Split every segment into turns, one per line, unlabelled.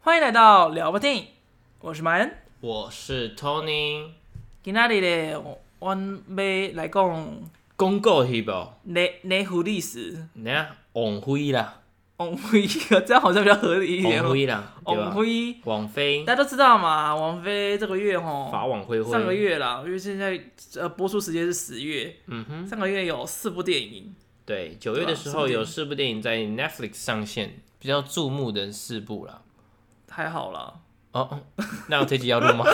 欢迎来到聊吧电影，我是马恩。
我是 Tony，
今仔日咧，阮要来讲
公告戏无？
雷雷狐历史。
你啊，王菲啦，
王菲，这样好像比较合理一点
王
哦。
菲啦，对吧
王？菲，
王菲，
大家都知道嘛，王菲这个月
法
吼，
网恢恢。
上个，月啦，因为现在呃播出时间是十月，
嗯哼，
上个月有四部电影，
对，九月的时候
对吧
有四部电影在 Netflix 上线，比较注目的四部啦。
还好啦，
哦， 哦那我这集要录吗？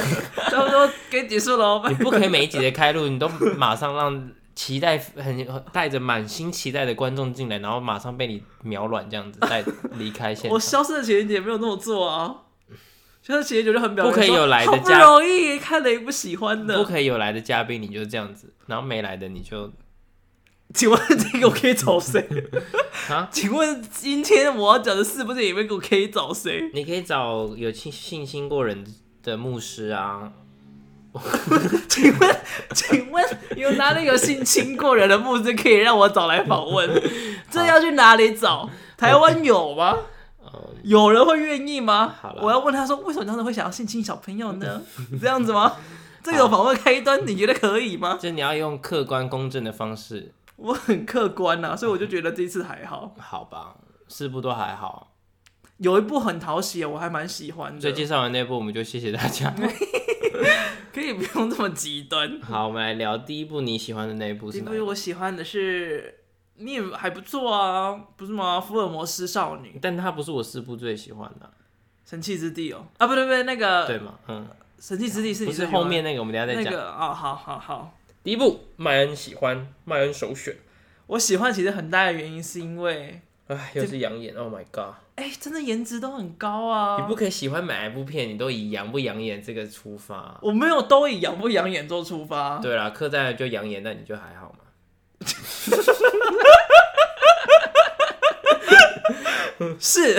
差不多可以结束 喽。拜
你不可以每一集的开录，你都马上让期待很带着满心期待的观众进来，然后马上被你秒卵这样子再离开 现
我
场。
消失的情人节没有那么做啊，消失的情人节就很表
不可以有来的
好不
家
容易看了一部喜欢
不
的，
可以有来的嘉宾，你就这样子；然后没来的你就
请问这个我可以找谁？
啊，
请问今天我要讲的四部电影里面，我可以找谁？
你可以找有信信心过人的牧师啊，
请问，请问有哪里有性侵过人的牧师可以让我找来访 问？这要去哪里找？台湾有吗？
呃，
有人会愿意吗
好？啦
我要问他说，为什么当时会想要性侵小朋友呢？这样子 吗？这种访问开端，你觉得可以吗？
就是你要用客观公正的方式，
我很客观呐、所以我就觉得这一次还好。
好吧？四部都还好，
有一部很讨喜，我还蛮喜欢
所
的
以。介绍完那部，我们就谢谢大 家。
可以不用这么极端。
好，我们来聊第一部你喜欢的那一部
这
是哪
部
一部？
我喜欢的是，你也还不错啊，不是吗？福尔摩斯少女。
但它不是我四部最喜欢的，
神器之地哦，啊，不对不对，那
对
个
吗？嗯，
神器之地是
不
你
是
最喜欢
后面那个，我们等一下再
那
讲。
个啊、哦，好好好，
第一部麦恩喜欢，麦恩首选，
我喜欢其实很大的原因是因为，
哎，又是养眼，Oh my god！
哎、真的颜值都很高
你
啊
不，可以喜欢每一部片，你都以养不养眼这个出发。
我没有都以养不养眼做出发，
对啦，刻在就养眼，那你就还好嘛。
是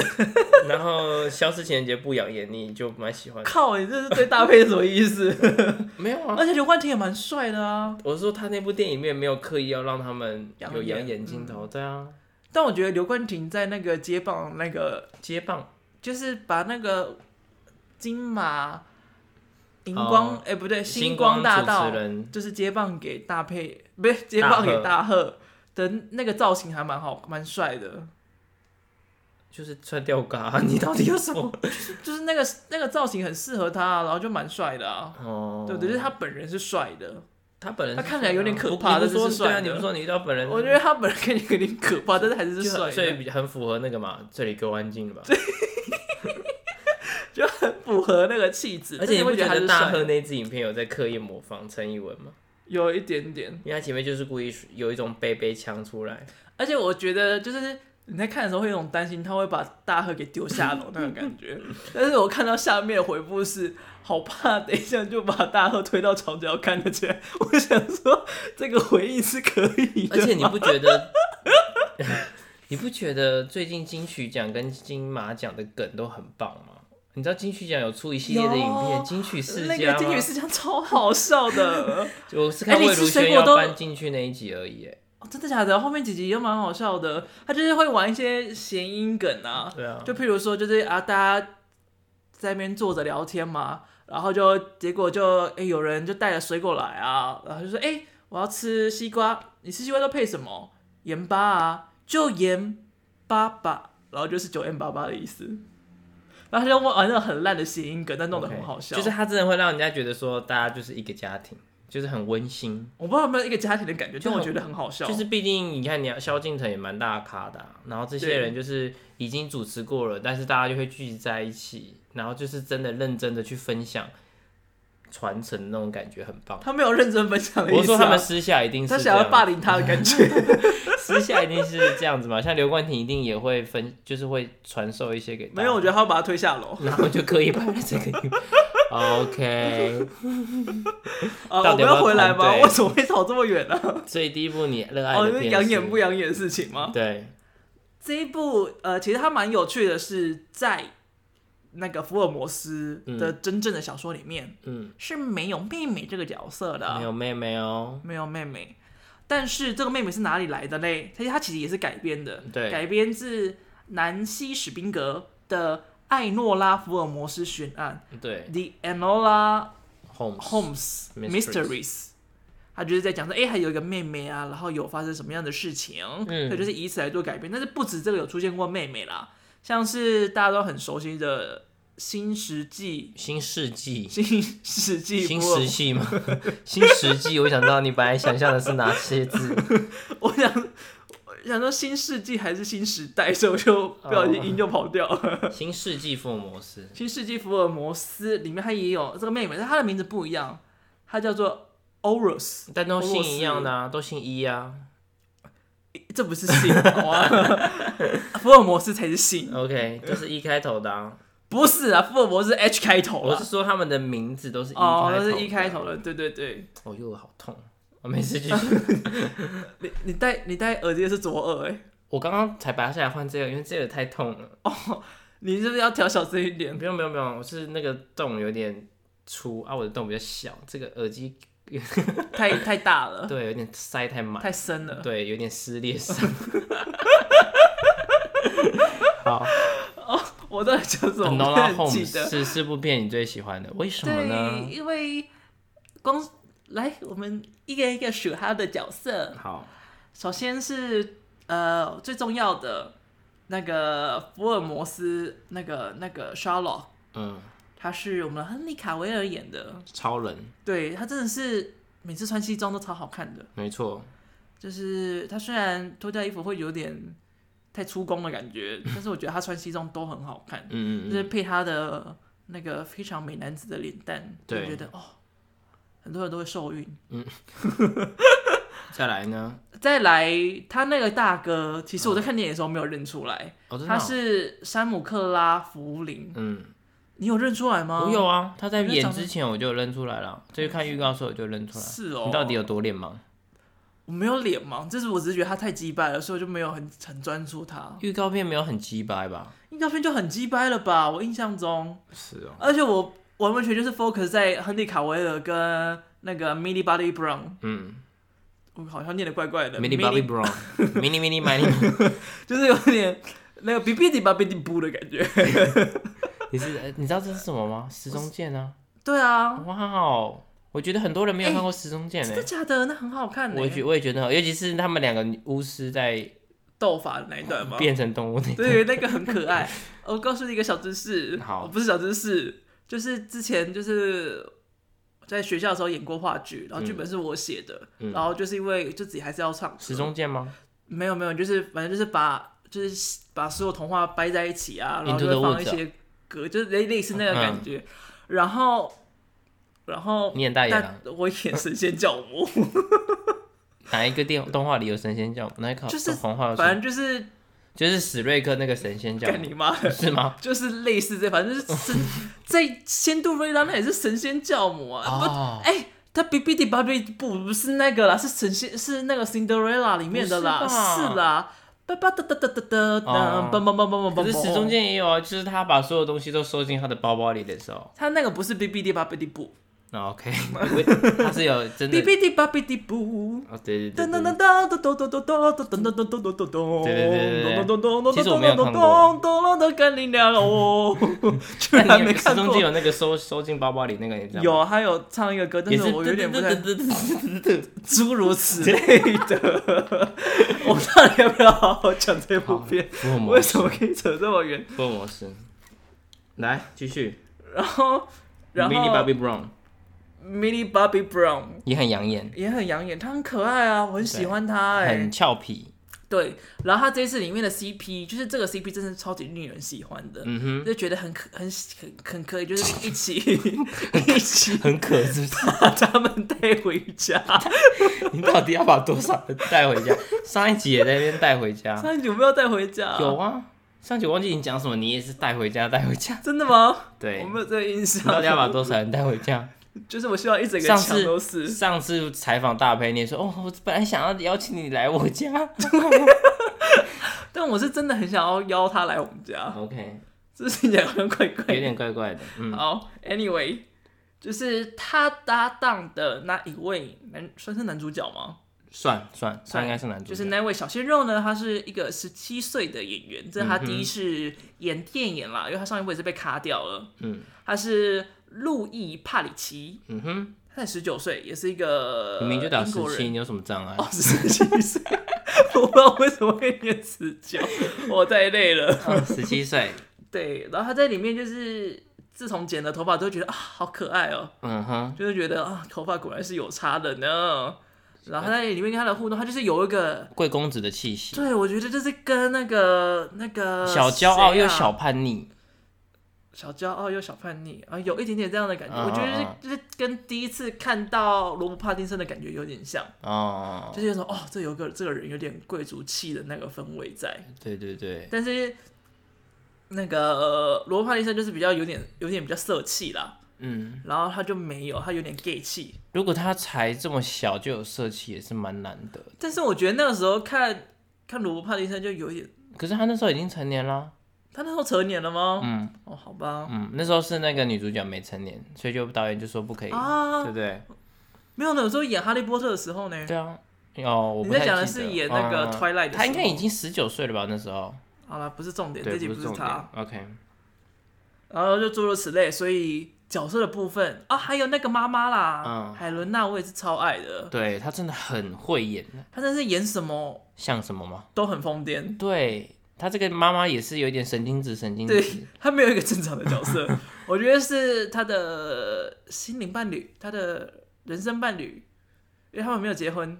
然后消失情人节不养眼，你就蛮喜欢的。
靠，你这是对搭配是什么意思？
没有啊，
而且刘冠廷也蛮帅的啊，
我是说他那部电影里面没有刻意要让他们
养
有
眼嗯
养眼镜头，对啊，
但我觉得刘冠廷在那个接棒那个，
接棒
就是把那个金马荧光，哎、
哦
不对，
星
星光大
主
道
持。人
就是接棒给大佩，不是 接棒给大贺的那个造型还蛮好，蛮帅的。
就是穿吊嘎， 你到底有什么？
就是那个那个造型很适合他，啊然后就蛮帅的啊。
哦，
对对，就是他本人是帅的，
他本人
他
是
看起来有点可
不
怕
你
但
不
是
说
是
对啊，
帅的
你不说你遇到本人，
我觉得他本人看起来有点可怕，但是还是
就是很
帅
所
的，
以很符合那个嘛，这里给我安静了吧。
就很符合那个气质。
而且你
会
不
觉得他
觉得
是
大
帅
贺
的？
那支影片有在刻意模仿陈以文吗？
有一点点，
因为他前面就是故意有一种背背腔出来，
而且我觉得就是。你在看的时候会有一种担心，他会把大贺给丢下楼那种感觉。 但是我看到下面的回复是，好怕等一下就把大贺推到床角看得起来。我想说，这个回应是可以的
而
吗，
且你不 觉得？你不觉得最近金曲奖跟金马奖的梗都很棒吗？你知道金曲奖有出一系列的影
有
片，金曲世
那个
家吗？
金曲世家超好笑 的，
就我是看
哎你
魏
吃
如
水
萱
果
要
都
搬进去那一集而已。哎
哦真的假的？后面几集都蛮好笑的，他就是会玩一些谐音梗啊，
对啊，
就譬如说，就是啊，大家在那边坐着聊天嘛，然后就结果就哎、诶有人就带了水果来啊，然后就说哎、诶我要吃西瓜，你吃西瓜都配什么？盐巴啊，就盐巴吧，然后就是九 M 八八的意思。然后他就玩那种很烂的谐音梗，但弄得很
OK，
好笑。
就是他真的会让人家觉得说大家就是一个家庭，就是很温馨。
我不知道有没有一个家庭的感觉，
就
但我
很
觉得很好笑。
就是毕竟你看，你要萧敬腾也蛮大咖的啊、然后这些
对
人就是已经主持过了，但是大家就会聚集在一起，然后就是真的认真的去分享、传承那种感觉，很棒。
他没有认真分享的意思、啊。
我说他们私下一定是
他
这
想
样
要霸凌他的感觉。
私下一定是这样子嘛？像刘冠廷一定也会分，就是会传授一些给大
没
家
有，我，觉得他要把他推下楼。
然后就刻意摆在这个地方。OK，
啊，
到
我
底
们
要不要
要回来
谈
吗？
对
为什么会吵这么远呢、啊？
所以第一部你热爱
哦，
的
因
片
为养
是
眼不养眼的事情吗？
对，
这一部呃，其实它蛮有趣的是，在那个福尔摩斯的真正的小说里面、
嗯，
是没有妹妹这个角色的，啊
没有妹妹哦，
没有妹妹。但是这个妹妹是哪里来的嘞？它它其实也是改编的，
对
改编自南希·史宾格的《艾诺拉·福尔摩斯悬案
对
（The Enola
，Holmes
Holmes
Mysteries
Mysteries）。他就是在讲说，哎、还有一个妹妹啊，然后有发生什么样的事情，
嗯
所以就是以此来做改编。但是不止这个有出现过妹妹啦，像是大家都很熟悉的《新世纪》
新世纪，
新世纪
新
福尔
石器吗？ 新石器，我想知道你本来想象的是哪些字？
我想我想说新世纪还是新时代，所以我就不小心音就跑 掉了。
新世纪福尔摩斯，
新世纪福尔摩斯里面他也有这个妹妹，但她的名字不一样，她叫做 Orus，
但都姓一样的啊，都姓一啊。
这不是姓好 吗？福尔摩斯才是姓，
OK，就是一开头的啊。
不是啊，福尔摩斯 H 开头
我
啦
是。说他们的名字都是一 E
哦，
开
那
头，
是一 E 开。头的，对对对。
哦哟，好痛！我没事，继续。
你你戴你戴耳机的是左耳哎、
我刚刚才拔下来换这个，因为这个太痛了。
你是不是要调小声一点？
不用不用不用，我是那个洞有点粗啊，我的洞比较小，这个耳机
太太大了，
对有啊点塞太满，
太深了。
对，有点撕 裂伤。 好
我到底讲什么？我
，Nola
不太 记
Holmes
得。
是是部片你最喜欢的，为什么
对，
呢？
因为光是来我们一个一个数他的角色。
好，
首先是呃最重要的那个福尔摩斯，那个那个 Sherlock，
嗯，
他是我们亨利卡维尔演的，
超人，
对他真的是每次穿西装都超好看的，
没错，
就是他虽然脱掉衣服会有点太出宫的感 觉，但是我觉得他穿西装都很好看。
嗯嗯
就是
嗯，
配他的那个非常美男子的脸蛋，就
对
觉得哦，很多人都会受孕。
再来呢？
再来，他那个大哥，其实我在看电影的时候没有认出来，
哦，真的
他
哦，
是山姆克拉福林，
嗯，
你有认出来吗？
我有啊，他在
你在
演
找
之前我就认出来了，就是看预告的时候我就认出来。
是哦，
你到底有多脸盲？
我没有脸盲，这是我只是觉得他太鸡掰了，所以我就没有很很专注他。
预告片没有很鸡掰吧？
预告片就很鸡掰了吧？我印象中，
是哦，
而且我完完全全就是 focus 在亨利卡维尔跟那个 Millie Bobby Brown，
嗯
我好像念的怪怪的
，Mini Bobby Brown，Mini Mini Mini，
就是有点那个哔哔滴吧哔滴布的感 觉。
你是呃你知道这是什么吗？时钟剑啊！
对啊，
哇哦，我觉得很多人没有看过时钟剑
真
呢
的。假的？那欸很好看呢、
我也觉我也觉得很好，尤其是他们两个巫师在
斗法的那一段吗？
变成动物那
对，那个很可爱。 我告诉你一个小知识，
好
哦不是小知识，就是之前就是在学校的时候演过话剧，然后剧本是我写的，
嗯
然后就是因为就自己还是要唱歌
时钟剑吗
没有没有，就是反正就是把就是把所有童话掰在一起啊，然后
Into
就
the
会放一
Woods 啊嗯
些歌，就是类类似那个感觉，然后然后
你演大野狼
但 我演神仙教 母，
哪一个电动画里有神仙教母？哪一个
就是
童话有
反
神？
正就是
就是史瑞克那个神仙教
干
母
你妈 的，
是吗？
就是类似这，反正就是神 在仙杜瑞拉那也是神仙教母啊， 不，
哦，
哎、他 B B D 八 B 不不是那个啦，是神仙是那个 Cinderella 里面的啦，
不是吧
是啦，叭叭哒哒哒哒哒哒，
哦
嘣嘣嘣嘣嘣
可
嘣，
是时钟剑也有啊，就是他把所有东西都收进他的包包里的时候。
他那个不是 B B D 八 B D 不
那 OK，他是有真
，B。
的
B D 八 B D 不。
哦，对对对
噔噔
对
噔
对，
噔噔噔噔噔噔噔噔噔噔噔噔，噔噔噔噔噔噔干你娘哦！居
那
然
你
没
有时
看
钟剑
过？
有那个收收进包包里那个，你知道吗？
有，他有唱一个歌，但
也
是
是
我有点不太
太。
诸如此类 的。我们到底要不要好好讲这部片？
福尔摩
为
斯，
什么可以扯这么远？
福尔摩斯，来继续。
然后，然
Millie
后
Bobby Brown
，Mini Bobby Brown
也很养眼，
也很养眼，他很可爱啊，我很喜欢他哎、
很俏皮。
对，然后他这一次里面的 CP，就是这个 CP 真是超级令人喜欢的，
嗯哼，
就觉得很可很很很可以，就是一 起一起
很可是 不是？
把他们带回家。
你到底要把多少人带 回家？上一集也在那边带回家，
上一集有没有带回家？
有啊。上集我忘记你讲什么，你也是带回家，带 回家。
真的吗？
对，
我没有这个印象。
你到底要把多少人带回家？
就是我希望一整个
上
墙
次
都是。
上次采访大佩，你也说哦，我本来想要邀请你来 我家。
但我是真的很想要邀他来我们家，
OK，
这听起来好像怪怪的。
哦有点怪怪的。嗯，
好，Anyway，就是他搭档的那一位男，算是男主角吗？
算算，他
算
应该是男主角。
就是那位小鲜肉呢，他是一个十七岁的演员，这是
嗯
他第一次演电影啦，因为他上一部也是被卡掉了。
嗯，
他是路易·帕里奇，
嗯哼，
他才十九岁，也是一个
明明就打
呃英
十
国
七，
人，
你有什么障碍？
哦，十七岁，我不知道为什么会念十九，我太累了。
嗯十七岁，
对，然后他在里面就是自从剪了头发之后，觉得啊好可爱哦、
嗯哼，
就是觉得啊头发果然是有差的呢。然后他在里面跟他的互动，他就是有一个，
贵公子的气息，
对我觉得就是跟那个那个
小骄傲
谁啊
又小叛逆，
小骄傲又小叛逆啊，有一点点这样的感觉。
嗯
我觉得
嗯
是就
嗯
是跟第一次看到罗伯·帕丁森的感觉有点像，
哦
就，是有种哦，这有个这个人有点贵族气的那个氛围在。
对对对，
但是那个罗伯·帕丁森就是比较有点有点比较色气啦，
嗯，
然后他就没有，他有点 gay 气。
如果他才这么小就有色气，也是蛮难得的。
但是我觉得那个时候看看罗伯·帕丁森就有一点，
可是他那时候已经成年啦，
他那时候成年了吗？
嗯
哦，好吧，
嗯，那时候是那个女主角没成年，所以就导演就说不可以，
啊
对不对？
没有呢，有时候演《哈利波特》的时候呢，
对啊，哦，我
你
不
在
太
讲的
记
是
得
演那个
嗯
Twilight 的
他应
时
该
候
已经十九岁了吧？那时候，
好了，不是重点，这
对，
集
不
不
是
是
重
他。
点。OK，
然后就诸如此类，所以角色的部分啊，还有那个妈妈啦，
嗯
海伦娜我也是超爱的，
对他真的很会演，
她真是演什么
像什么吗？
都很疯癫，
对他这个妈妈也是有一点神经质，神经
对
质。
她没有一个正常的角色， 我觉得是她的心灵伴侣，她的人生伴侣，因为他们没有结婚，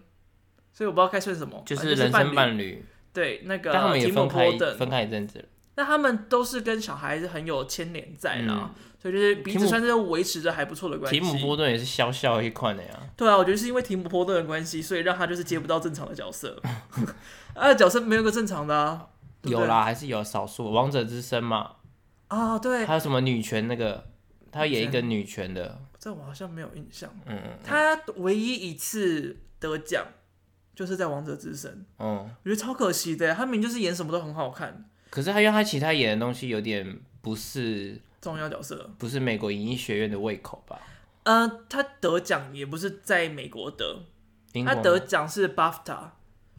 所以我不知道该算什么，
就
反
是
正
人
伴
生伴侣，
对那个
但他们也
提姆
分开
波顿，
分开一阵子了。
那他们都是跟小孩子很有牵连在啦，所以就是彼
提
此
姆
算是维持着还不错的关系。
嗯提姆波顿也是笑笑一块的呀，
对啊，我觉得是因为提姆波顿的关系，所以让他就是接不到正常的角色。 啊，角色没有一个正常的啊，对不对
有啦，还是有少数王者之声嘛，
啊，对，
还有什么女权那个，他演一个女权的，
这我好像没有印象。
嗯嗯
他唯一一次得奖就是在《王者之声》，
嗯，
我觉得超可惜的。他明明就是演什么都很好看，
可是他因为他其他演的东西有点不是
重要角色。
不是美国影艺学院的胃口吧？
呃，他得奖也不是在美国得，
英国
他
吗啊
得奖是 BAFTA，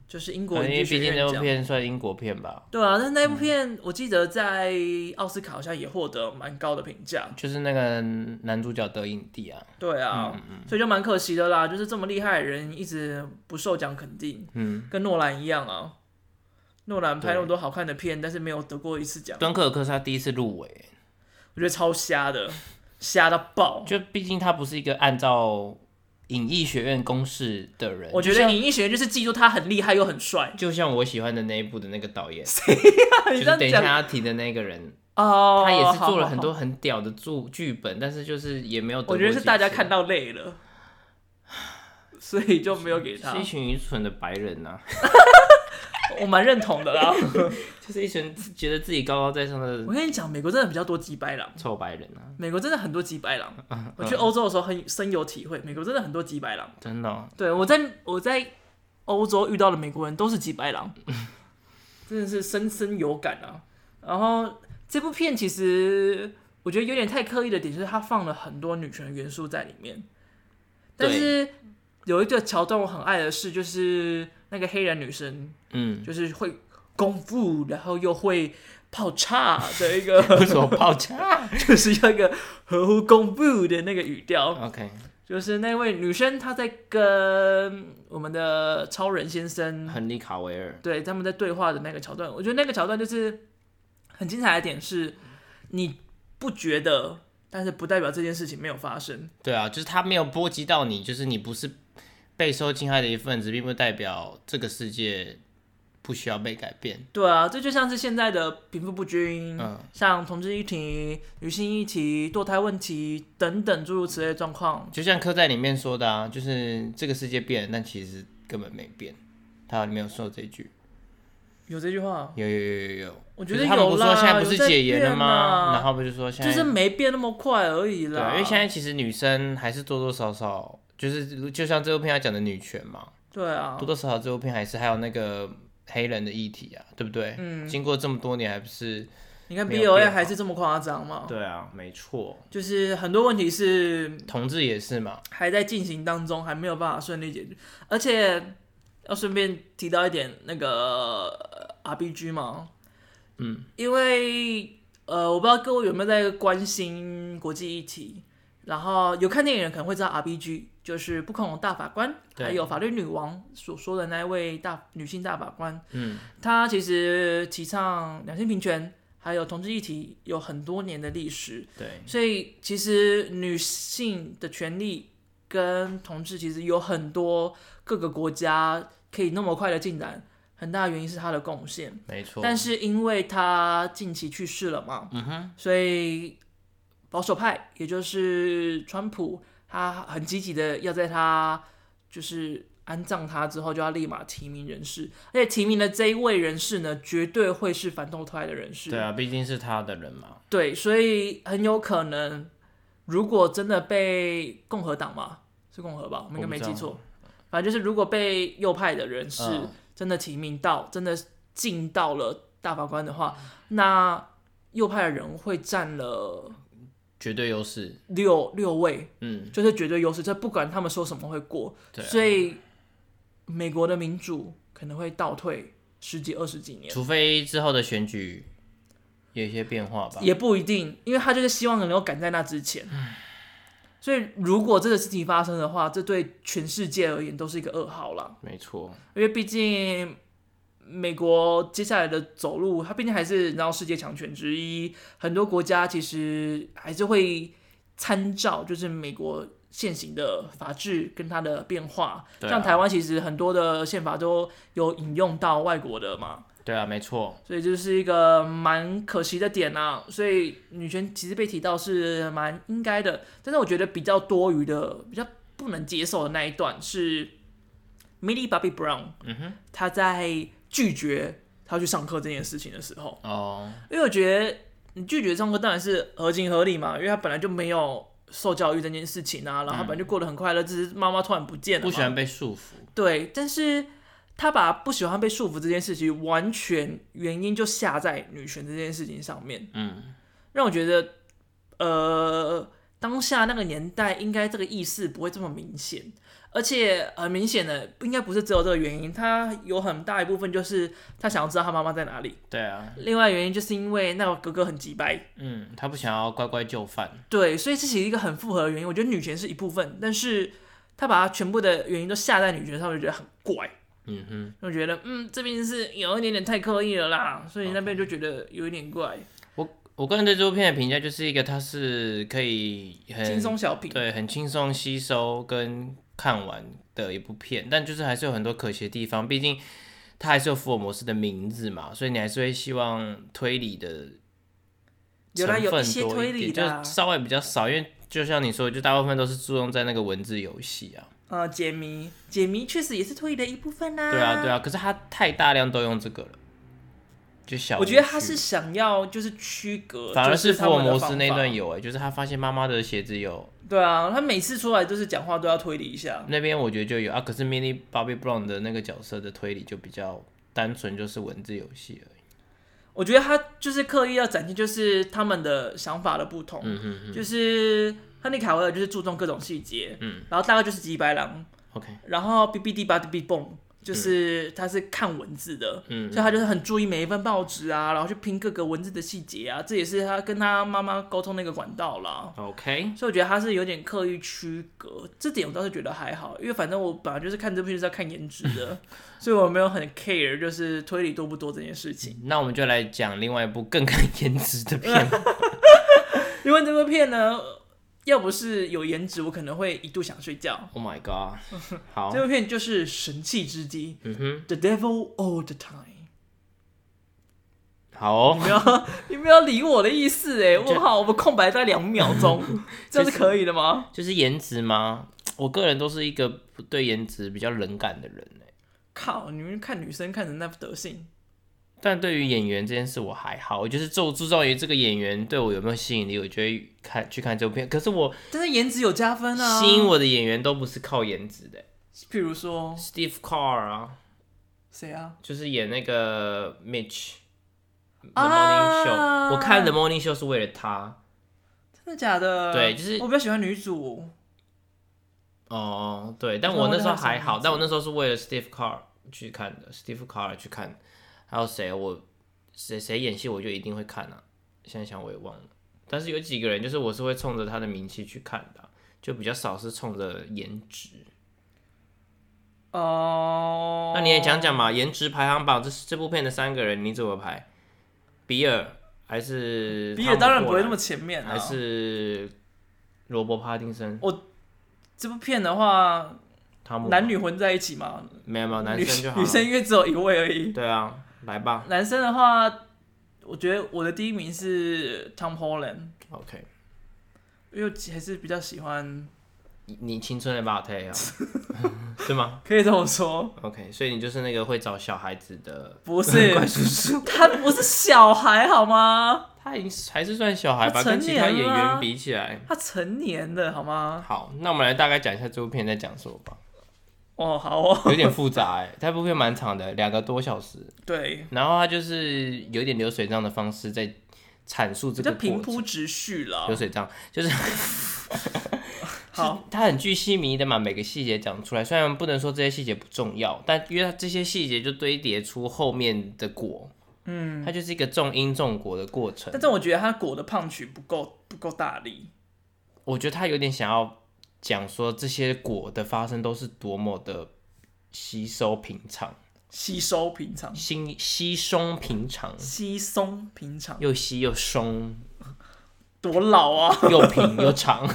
就是英国
因
影
为
剧学
毕竟那
院
部
奖。
片算英国片吧，
对啊，但是
嗯
那部片我记得在奥斯卡好像也获得蛮高的评价。
就是那个男主角得影帝啊，
对啊，所以就蛮可惜的啦。就是这么厉害的人，一直不受奖肯定，
嗯，
跟诺兰一样啊。诺兰拍
对
那么多好看的片，但是没有得过一次奖，
敦刻尔克是他第一次入围，
我觉得超瞎的，瞎到爆。
就毕竟他不是一个按照影艺学院公式的人，
我觉
就
得
像
影艺学院就是记住他很厉害又很
。
帅
就像我喜欢的那一部的那个导演，
你这
就是
样
等一
讲
下要提的那个人，
哦，
他也是做了
好
很。多很屌的剧剧本，但是就是也没有
好好
得过
我
几次。
觉得是大家看到累了，所以就没有给他
是一。群愚蠢的白人呐、啊，
我蛮认同的啦。
就是一群觉得自己高高在上的
我跟你讲，美国真的比较多鸡掰狼，
臭白人啊，
美国真的很多鸡掰狼。我去欧洲的时候很深有体会，美国真的很多鸡 掰狼。
真的哦、
对我在我在欧洲遇到的美国人都是几白 狼，真的是深深有感啊。然后这部片其实我觉得有点太刻意的点，就是它放了很多女权元素在里面，但
对
是有一个桥段我很爱的是，就是那个黑人女生
嗯，
就是会功夫，然后又会泡茶的一个，
为什么爆炸
就是要一个合乎功夫的那个语调。
？OK，
就是那位女生，她在跟我们的超人先生
亨利卡维尔，
对他们在对话的那个桥段，我觉得那个桥段就是很精彩的点是，你不觉得，但是不代表这件事情没有发生。
对啊，就是他没有波及到你，就是你不是备受侵害的一份子，并不代表这个世界不需要被改变。
对啊，这就像是现在的贫富不均，
嗯
像同志议题、女性议题、堕胎问题等等诸如此类的状况。
就像刻在里面说的啊，就是这个世界变了，但其实根本没变。他里面有说这句，
有这句话，
有有有有有，
我觉
就
得
是他们
有
不是
啦，
说现在不
有
是
在
解严了
变
吗？
啦
然后不就说现
就
在
是没变那么快而已
对
啦。
啊，因为现在其实女生还是多多少少，就是就像这部片要讲的女权嘛，
对啊
多，多少少这部片还是还有那个黑人的议题啊，对不对？嗯，经过这么多年还不是？
你看
没有变
BOA
化
还是这么夸张吗？
对啊，没错，
就是很多问题是
同志也是嘛，
还在进行当中，还没有办法顺利解决。而且要顺便提到一点那个呃 RPG 嘛，
嗯，
因为呃，我不知道各位有没有在关心国际议题，然后有看电影的人可能会知道 RPG，就是不恐龙大法官，
对
还有法律女王所说的那一位大女性大法官，
嗯，
她其实提倡两性平权，还有同志议题有很多年的历史，
对，
所以其实女性的权利跟同志其实有很多各个国家可以那么快的进展，很大的原因是她的贡献。
没错。
但是因为她近期去世了嘛，
嗯哼，
所以保守派也就是川普，他很积极的要在他就是安葬他之后就要立马提名人士，而且提名的这一位人士呢，绝对会是反动派的人士。
对啊，毕竟是他的人嘛。
对，所以很有可能，如果真的被共和党嘛，是共和吧？我们应该没记
我
错，反正就是如果被右派的人士
嗯
真的提名到，真的进到了大法官的话，
嗯
那右派的人会占了
绝对优势。
六六位，
嗯，
就是绝对优势，这不管他们说什么会过，
对啊、
所以美国的民主可能会倒退十几二十几年。
除非之后的选举有一些变化吧。
也不一定，因为他就是希望能够赶在那之前。所以，如果这个事情发生的话，这对全世界而言都是一个噩耗啦。
没错，
因为毕竟美国接下来的走路，它毕竟还是然后世界强权之一，很多国家其实还是会参照就是美国现行的法制跟它的变化。
对啊
像台湾其实很多的宪法都有引用到外国的嘛，
对啊，没错，
所以就是一个蛮可惜的点啊。所以女权其实被提到是蛮应该的，但是我觉得比较多余的、比较不能接受的那一段是 Millie Bobby Brown，
嗯哼，
她在拒绝她去上课这件事情的时候，
哦，
因为我觉得你拒绝上课当然是合情合理嘛，因为她本来就没有。受教育这件事情啊，然后她本来就过得很快乐，只是妈妈突然不见了嘛，
不喜欢被束缚，
对，但是他把不喜欢被束缚这件事情，完全原因就下在女权这件事情上面，
嗯，
让我觉得，呃，当下那个年代应该这个意识不会这么明显，而且很明显的应该不是只有这个原因，他有很大一部分就是他想要知道他妈妈在哪里，
对啊，
另外原因就是因为那个哥哥很急掰，
嗯，他不想要乖乖就范，
对，所以这是一个很复合的原因。我觉得女权是一部分，但是他把他全部的原因都下在女权上面，我觉得很怪。
嗯哼，
就觉得嗯，这边是有一点点太刻意了啦，所以那边就觉得有一点怪，
我个人对这部片的评价就是一个，它是可以很
轻松小品。
对，很轻松吸收跟看完的一部片，但就是还是有很多可惜的地方，毕竟它还是有福尔摩斯的名字嘛，所以你还是会希望推理的
有
成
啦
分
有
多
一些推理
点，
的啊
就稍微比较少，因为就像你说的，就大部分都是注重在那个文字游戏啊，
呃，解谜，解谜确实也是推理的一部分啦、
对啊对啊，可是它太大量都用这个了，就小
我觉得
舞
他
曲
是想要就是区隔，
反而
就是是
福
他
尔
们的
摩斯
方
那段
法。
有哎、就是他发现妈妈的鞋子有
对啊，他每次出来就是讲话都要推理一下。
那边我觉得就有啊，可是 Mini Bobby Brown 的那个角色的推理就比较单纯，就是文字游戏而已。
我觉得他就是刻意要展现就是他们的想法的不同，
嗯嗯嗯
就是亨利卡维尔就是注重各种细节，
嗯
然后大概就是吉白狼，
，OK，
然后 B B D 吧 B B boom，就是他是看文字的，
嗯
所以他就是很注意每一份报纸啊，然后去拼各个文字的细节啊，这也是他跟他妈妈沟通的一个管道啦。
，OK，
所以我觉得他是有点刻意区隔，这点我倒是觉得还好，因为反正我本来就是看这部剧是要看颜值的，所以我没有很 care 就是推理多不多这件事情。
那我们就来讲另外一部更 看颜值的片。
因为这部片呢，要不是有颜值，我可能会一度想睡觉。
oh my god，好，
这部片就是《神器之机
嗯哼，》
，The Devil All the Time。
好哦、
不要，你不要理我的意思哎！
就
我靠，我们空白在两秒 钟，这样是可以的吗？
就是颜值吗？我个人都是一个不对颜值比较冷感的人欸
靠，你们看女生看成那副德性，
但对于演员这件事我还好，我就是注注重于这个演员对我有没有吸引力，我就会看去看这部片。可是我
但是颜值有加分啊。
吸引，我的演员都不是靠颜值的欸、
譬如说
Steve Carr 啊，
谁啊？
就是演那个 Mitch The
啊
Morning Show，、我看 The Morning Show 是为了他。
真的假的？
对就是
我比较喜欢女主，
哦，对，但
我
我
知道
那时候
他是
还好，
什么
但我那时候是为了 Steve Carr，去看的，Steve Carell 去看，还有谁我谁谁演戏我就一定会看啊。现在想我也忘了，但是有几个人就是我是会冲着他的名气去看的啊、就比较少是冲着颜值。
哦、
那你也讲讲嘛，颜值排行榜这这部片的三个人你怎么排？比尔还是
比尔当然不会那
么，
么前面、啊，
还是罗伯·帕丁森、
这部片的话，
汤姆
男女混在一起嘛，
没有没有男
女
生就好
女
了。
生因为只有一位而已。
对啊，来吧
男生的话，我觉得我的第一名是 Tom Holland，
，OK，
因为还是比较喜欢，
你你青春的吧，对啊， 是吗
可以这么说，
？OK，所以你就是那个会找小孩子的，
不是 他不是小孩好吗？
他已经还是算小孩
他
吧，
成
跟其他演
年了啊
员比起来。
他成年的好吗？
好，那我们来大概讲一下这部片在讲什么吧，
哦，好哦，
有点复杂哎、 这部片蛮长的，两个多小时。
对，
然后他就是有一点流水账的方式在阐述
比
这
较
个
平
过程
铺直叙啦
流。水账，就是
好，
他很具细迷的嘛，每个细节讲出来。虽然不能说这些细节不重要，但因为他这些细节就堆叠出后面的果，嗯，它就是一个种因种果的过程
但。是我觉得他裹的胖曲不够不够大力，
我觉得他有点想要讲说这些果的发生都是多么的稀松平常，
稀松平常，
稀稀松平常，
稀松平常，
又稀又松，
多老 啊！
又平又长，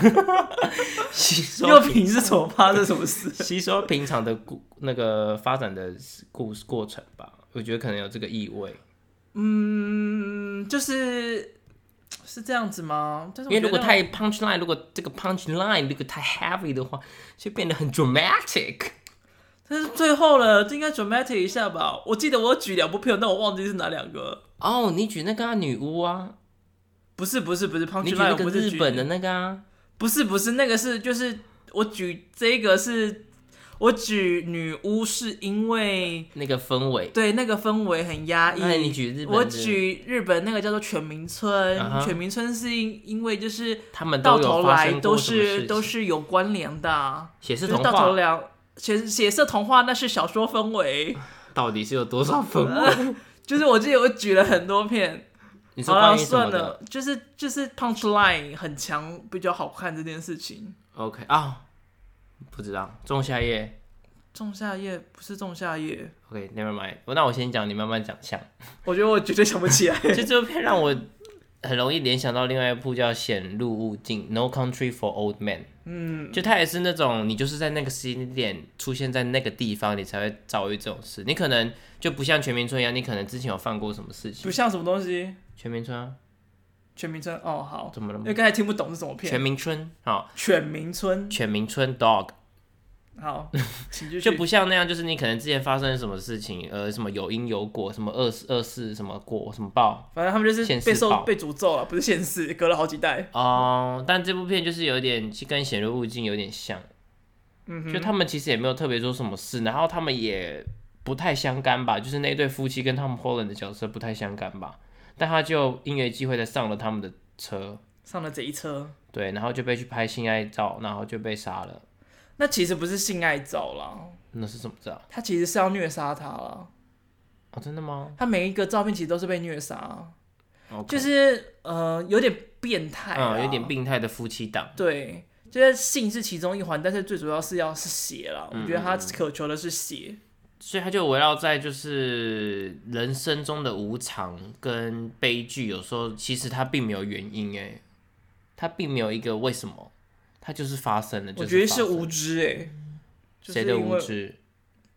稀松
又平是什么发生什么 事？
吸收平常的故那个发展的故事过程吧，我觉得可能有这个意味。
嗯，就是是这样子吗？但是
因
我
为如
觉
果
得
太 punch line，如果这个 punch line 如果太 heavy 的话，就变得很 dramatic。
但是最后了，这应该 dramatic 一下吧。我记得我有举两部片，但我忘记是哪两个了。
哦、你举那个、啊、女巫啊，
不是不是不是
你
punch
举
line，
那
我
个
不是
日
举
本的，那个啊，
不是不是那个是就是我举这个是，我举女巫是因为
那个氛围。
对那个氛围很压抑。
那哎你举日本的
我举日本那个叫做全民村
啊哈
全民村是因因为就是
他们
到
都有
头
发
来
生
都
过什么事
是
情
都是有关联的啊、
血
就
是
是
童
到头
话，
来血血色童话那是小说氛围，
到底是有多少氛围？
就是我记得我举了很多片，
你说
好了
关于什
算
么的
了，就是就是 punch line 很强比较好看这件事情。
？OK 啊、不知道。仲夏夜
仲夏夜不是仲夏夜，
，OK，Never、mind。那我先讲，你慢慢讲像。
我觉得我绝对想不起来。
就这部片让我很容易联想到另外一部叫《显入物境》（No Country for Old Men）。嗯，就它也是那种你就是在那个时间点出现在那个地方，你才会遭遇这种事。你可能就不像全民村一样，你可能之前有犯过什么事情
不。像什么东西，
全民村啊，
全民村哦好，
怎么了
因
吗？
为刚才听不懂是什么片
全。民村好，
全民村
全民村 Dog
好，请继续。
就不像那样，就是你可能之前发生什么事情，呃，什么有因有果，什么二四二四什么果什么报，
反正他们就是
现世
被受
报
被诅咒了，不是现世，隔了好几代。
哦，但这部片就是有点跟《显入物境》有点像，嗯，就他们其实也没有特别做什么事，然后他们也不太相干吧，就是那一对夫妻跟他们 Holland 的角色不太相干吧，但他就因为机会的上了他们的车，
上了贼车，
对，然后就被去拍性爱照，然后就被杀了，
那其实不是性爱照啦，
那是怎么着？
他其实是要虐杀他啦。
哦，真的吗？
他每一个照片其实都是被虐杀，哦
OK
就是呃有点变态，
嗯，有点。病态的夫妻档，
对，就是性是其中一环，但是最主要是要是血啦。我觉
嗯
得他渴求的是血，
所以他就围绕在就是人生中的无常跟悲剧，有时候其实它并没有原因，哎，它并没有一个为什么，它就是发生了。
我觉得
就是是发生
无知哎、欸，就
谁
是
的
因
无
为
知？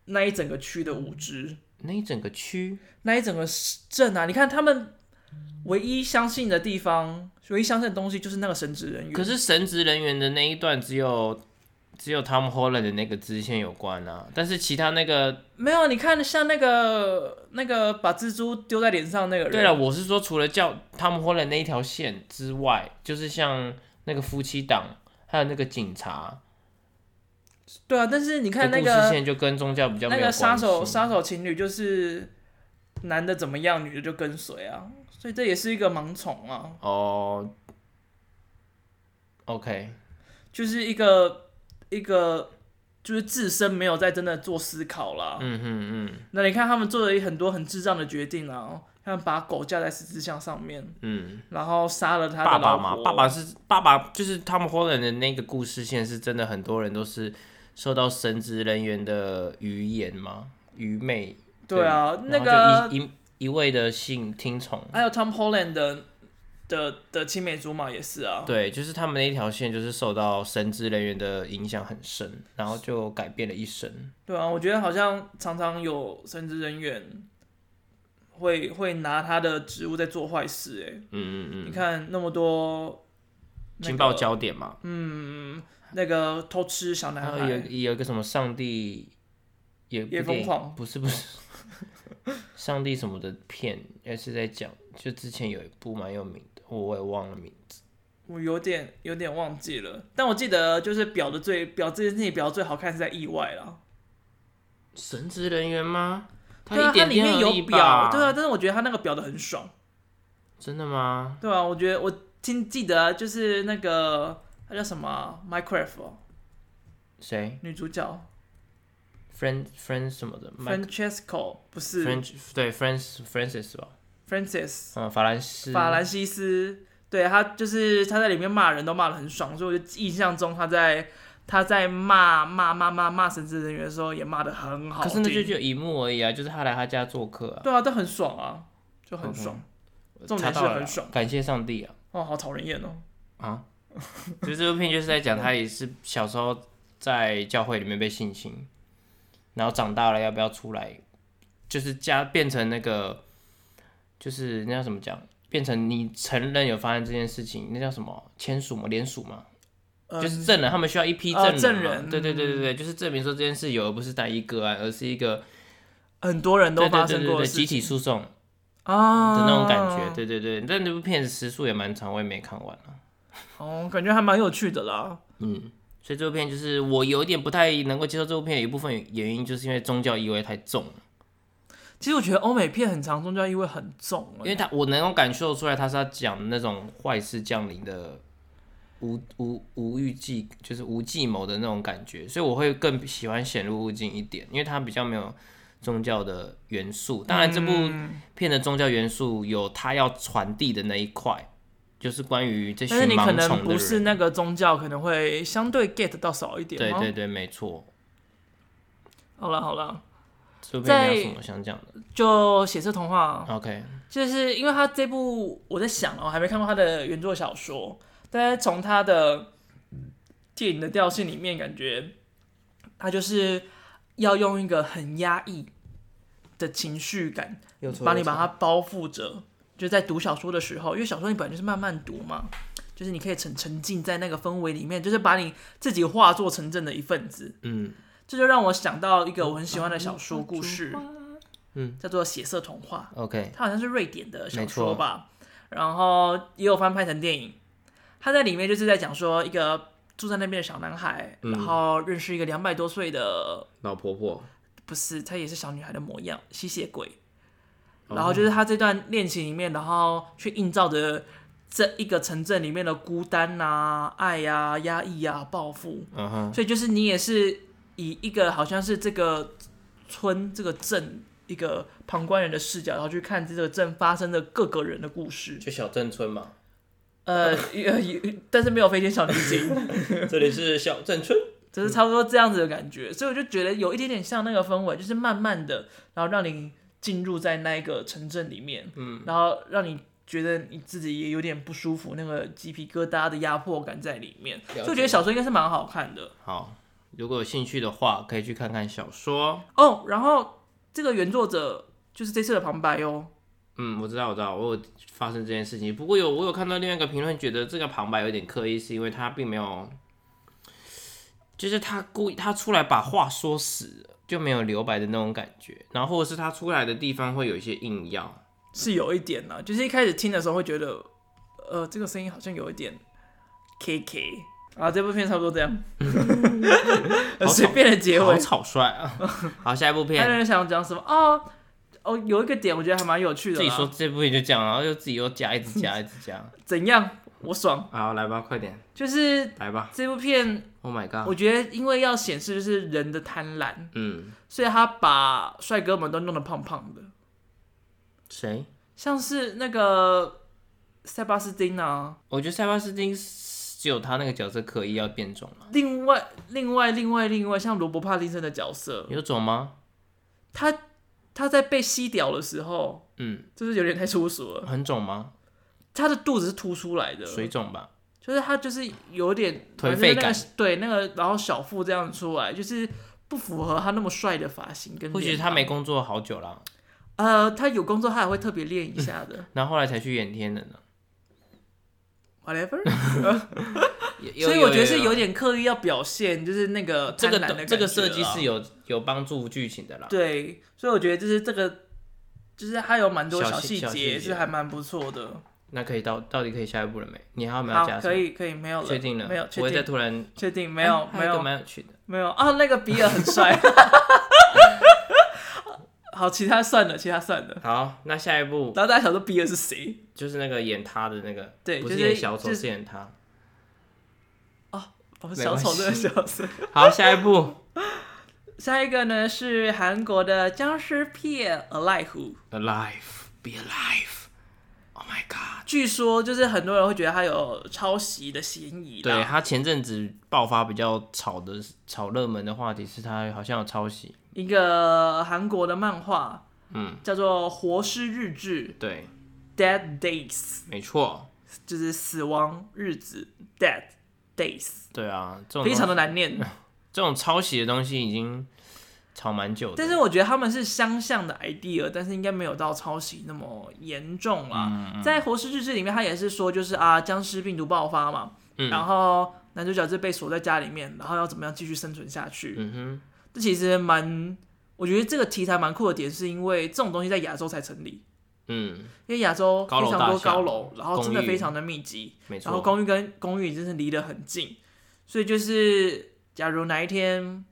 那一整个区的无知，
那一整个区
那一整个镇啊，你看他们唯一相信的地方，唯一相信的东西就是那个神职人员。
可是神职人员的那一段只有只有 Tom Holland 的那个支线有关啊，但是其他那个
没有，啊你看像那个那个把蜘蛛丢在脸上那个人，
对了，我是说除了叫 Tom Holland 那一条线之外，就是像那个夫妻档，还有那个警察，
对啊，但是你看
这
那
故事
个
线就跟宗教比较没
那
有
个
关系。
杀手杀手情侣就是男的怎么样，女的就跟随啊，所以这也是一个盲从啊，
哦，OK，
就是一个一个就是自身没有在真的做思考啦。
嗯嗯嗯
那你看他们做了很多很智障的决定啊，像把狗架在十字架上面，
嗯，
然后杀了他的
爸
老
爸嘛，
婆。
爸爸是爸爸，就是他们 Holland 的那个故事线是真的，很多人都是受到神职人员的语言嘛，愚昧，
对啊，那
然后
个哎
就一一一味的信听从，
还有 Tom Holland 的的的青梅竹马也是啊。
对，就是他们那一条线就是受到神职人员的影响很深，然后就改变了一生。
对啊，我觉得好像常常有神职人员会会拿他的职务在做坏事、欸。
嗯嗯
你
嗯，
看那么多、那个
情报，焦点嘛，
嗯，那个偷吃小男
然后
孩，
哦有有一个什么上帝也
也疯狂，
不是不 是，上帝什么的片，也是在讲，就之前有一部蛮有名的，我也忘了名字。
我有点有点忘记了，但我记得就是表的最表这件事情表得最好看是在意外啦。
神职人员吗？
对啊，
一点
它里面
点而
有
已
表
吧，
对啊，，但是我觉得他那个表的很爽，
真的吗？
对啊，我觉得我听记得啊就是那个他叫什么啊 Minecraft 哦
谁
女主角
？Friend Friend 什么的
Francesco 不是
French 对 French Francis 吧？
Francis
嗯，法兰斯
法兰西斯，对他就是他在里面骂人都骂的很爽，所以我就印象中他在他在骂骂骂骂骂神职人员的时候也骂的很好
可
听，
是那就只有一幕而已啊，就是他来他家做客啊，
对啊，但很爽啊，就很爽。重点
嗯查
是
到了
很
啦
爽，
感谢上帝啊
哦，好讨人厌哦。
啊！就这部片就是在讲他也是小时候在教会里面被性侵，然后长大了要不要出来，就是加变成那个，就是那叫什么讲？变成你承认有发生这件事情，那叫什么签署嘛，联署嘛，
嗯
就是证人，他们需要一批
呃
证人
证人嗯
嘛，对对对对对，就是证明说这件事有，而不是单一个案，而是一个
很多人都
对
发
对对
生
对
过
对
的事
集体诉讼，
啊
的那种感觉，。对对对，但那部片子时速也蛮长，我也没看完啊。
哦，感觉还蛮有趣的啦。
嗯，所以这部片就是我有一点不太能够接受这部片，有一部分原因就是因为宗教意味太重了，
其实我觉得欧美片很长，宗教意味很重、
因
欸，
为他我能够感受出来，他是要讲那种坏事降临的无无无预计，就是无计谋的那种感觉，所以我会更喜欢显入物境一点，因为它比较没有宗教的元素。当然，这部
嗯
片的宗教元素有它要传递的那一块。就是关于这群
但是你可
盲从
能
的
不
人。
是那个宗教，可能会相对 get 到少一点。哦
对对。对，没错。
好了好了，
这边
在
没有什么想讲的。
就血色童话，
OK，
就是因为他这部我在想哦，我还没看过他的原作小说，但是从他的电影的调性里面，感觉他就是要用一个很压抑的情绪感，把嗯你把它包覆着。就在读小说的时候，因为小说你本来就是慢慢读嘛，就是你可以沉沉浸在那个氛围里面，就是把你自己化作城镇的一份子。
嗯
这就让我想到一个我很喜欢的小说故事，
嗯
叫做《血色童话》。
，OK，
它好像是瑞典的小
没
说
错
吧，然后也有翻拍成电影。它在里面就是在讲说一个住在那边的小男孩，
嗯
然后认识一个两百多岁的，
老婆婆，
不是，她也是小女孩的模样，吸血鬼。
哦
然后就是他这段恋情里面，然后去映照着这一个城镇里面的孤单呐、爱呀、压抑呀、报复。
嗯哼，
所以就是你也是以一个好像是这个村、这个镇一个旁观人的视角，然后去看这个镇发生的各个人的故事。
就小镇村嘛，
呃，呃有但是没有飞天小女警，
这里是小镇村，
就是差不多这样子的感觉。所以我就觉得有一点点像那个氛围，就是慢慢的，然后让你进入在那一个城镇里面，嗯，然后让你。觉得你自己也有点不舒服，那个鸡皮疙瘩的压迫感在里面，
解
所以我觉得小说应该是蛮好看的。
好。如果有兴趣的话，可以去看看小说。
哦，然后这个原作者就是这次的旁白哦，
嗯，我知道，我知道，我有发生这件事情。不过有我有看到另外一个评论，觉得这个旁白有点刻意，是因为他并没有，就是他故意他出来把话说死了，就没有留白的那种感觉。然后或者是他出来的地方会有一些硬要，
是有一点呢、就是一开始听的时候会觉得，呃，这个声音好像有一点 K K 啊，这部片差不多这样，很随便的结
好
尾。
草率 啊！好，下一部
还有
片，
人想讲什么？哦哦，有一个点我觉得还蛮有趣的
自
啦，
己说这部片就这样，然后又自己又加，一直加，一直加。
怎样？我爽。
好，来吧，快点，
就是
来吧。
这部片，
Oh my god！
我觉得因为要显示就是人的贪婪，
嗯，
所以他把帅哥们都弄得胖胖的，
谁？
像是那个塞巴斯汀啊。
我觉得塞巴斯汀只有他那个角色可以要变种啊了。
另外，另外，另外，另外，像罗伯·帕丁森的角色，
有种吗？
他他在被吸屌的时候，
嗯，
就是有点太粗俗了。
很肿吗？
他的肚子是凸出来的，
水肿吧。
就是他就是有点
颓废
反正就是
感
那个对那个，然后小腹这样出来，就是不符合他那么帅的发型跟。
或许他没，工作好久了，
呃，他有工作，他也会特别练一下 的
然后后来才去演天人呢。
，whatever。
有有
所以我觉得
有
是
有
有点刻意要表现，就是那个
这个
贪婪的
都这个
感觉
设计
啦
是有有帮助剧情的啦。
对，所以我觉得就是这个，就是他有蛮多
小
小
细
细
小细
节
节
是还蛮不错的。
那可以到到底可以下一步了没？你还有没有
好
加，什
可
么？
以可以，没有了，
确定了，
没有
不
确
会再
定
突然
确定没有
哎还
没
有一
有
个蛮有趣的。
没有啊，那个比尔很 帅。好，其他算了，其他算了。
好，那下一步
然后大家想说比尔是谁？
就是那个演他的那个，
对
不
就是是
演小丑，
就是
是演他。
哦，
没
小
关
丑这个
系
角色。
好，下一步
下一个呢是韩国的僵尸片《Alive》，
，Alive, be alive, Oh my God！
据说就是很多人会觉得它有抄袭的嫌疑
对
啦，
他前阵子爆发比较炒的炒热门的话题是他好像有抄袭，
一个韩国的漫画
嗯，
叫做《活尸日志
对，》
（Dead Days），
没错，
就是死亡日子 （Dead Days），
对啊，这种
非常
东
的难念。
这种抄袭的东西已经炒蛮久的，
但是我觉得他们是相像的 idea，但是应该没有到抄袭那么严重啦。
嗯
在《活尸日志》里面，他也是说，就是啊，僵尸病毒爆发嘛，
嗯
然后男主角就被锁在家里面，然后要怎么样继续生存下去？
嗯哼，
这其实蛮，我觉得这个题材蛮酷的点，是因为这种东西在亚洲才成立，
嗯，
因为亚洲
高楼
非常多
大厦
高楼，然后真的
公寓
非常的密集，
没
然后
错，
公寓跟公寓真是离得很近，所以就是假如哪一天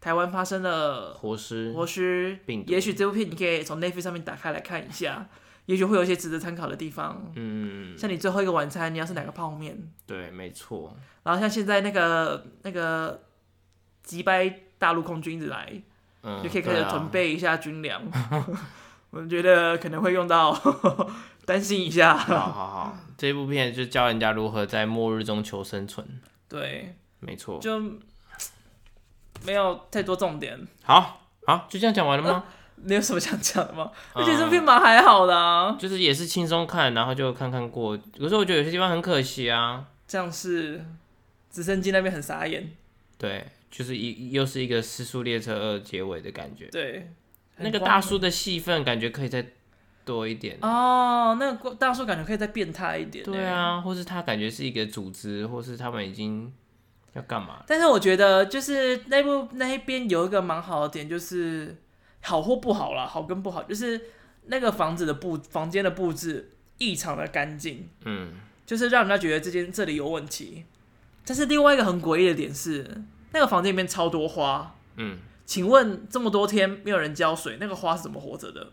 台湾发生了。
活尸
我是
病毒
也许这部片你可以从 Netflix 上面打开来看一下，也许会有一些值得参考的地方。
嗯，
像你最后一个晚餐，你要吃哪个泡面？
对，没错，
然后像现在那个那个击败大陆空军一直来，
嗯，
就可以开始
对啊
准备一下军粮。 我觉得可能会用到， 担心一下。
好好 好，这部片就教人家如何在末日中求生存，
对，
没错。
就没有太多重点。
好，好，就这样讲完了吗？
你有什么想讲的吗？
嗯
而且这部片蛮还好的啊，
就是也是轻松看，然后就看看过。可是我觉得有些地方很可惜啊，
像是直升机那边很傻眼。
对，就是一又是一个《失速列车二》结尾的感觉。
对，
那个大叔的戏份感觉可以再多一点。
哦，那个大叔感觉可以再变态一点。欸
对，啊，或是他感觉是一个组织，或是他们已经要干嘛了？
但是我觉得就是那部那一边有一个蛮好的点，就是好或不好啦，好跟不好，就是那个房子的布房间的布置异常的干净，
嗯，
就是让人家觉得这间这里有问题。但是另外一个很诡异的点是，那个房间里面超多花。
嗯，
请问这么多天没有人浇水，那个花是怎么活着的？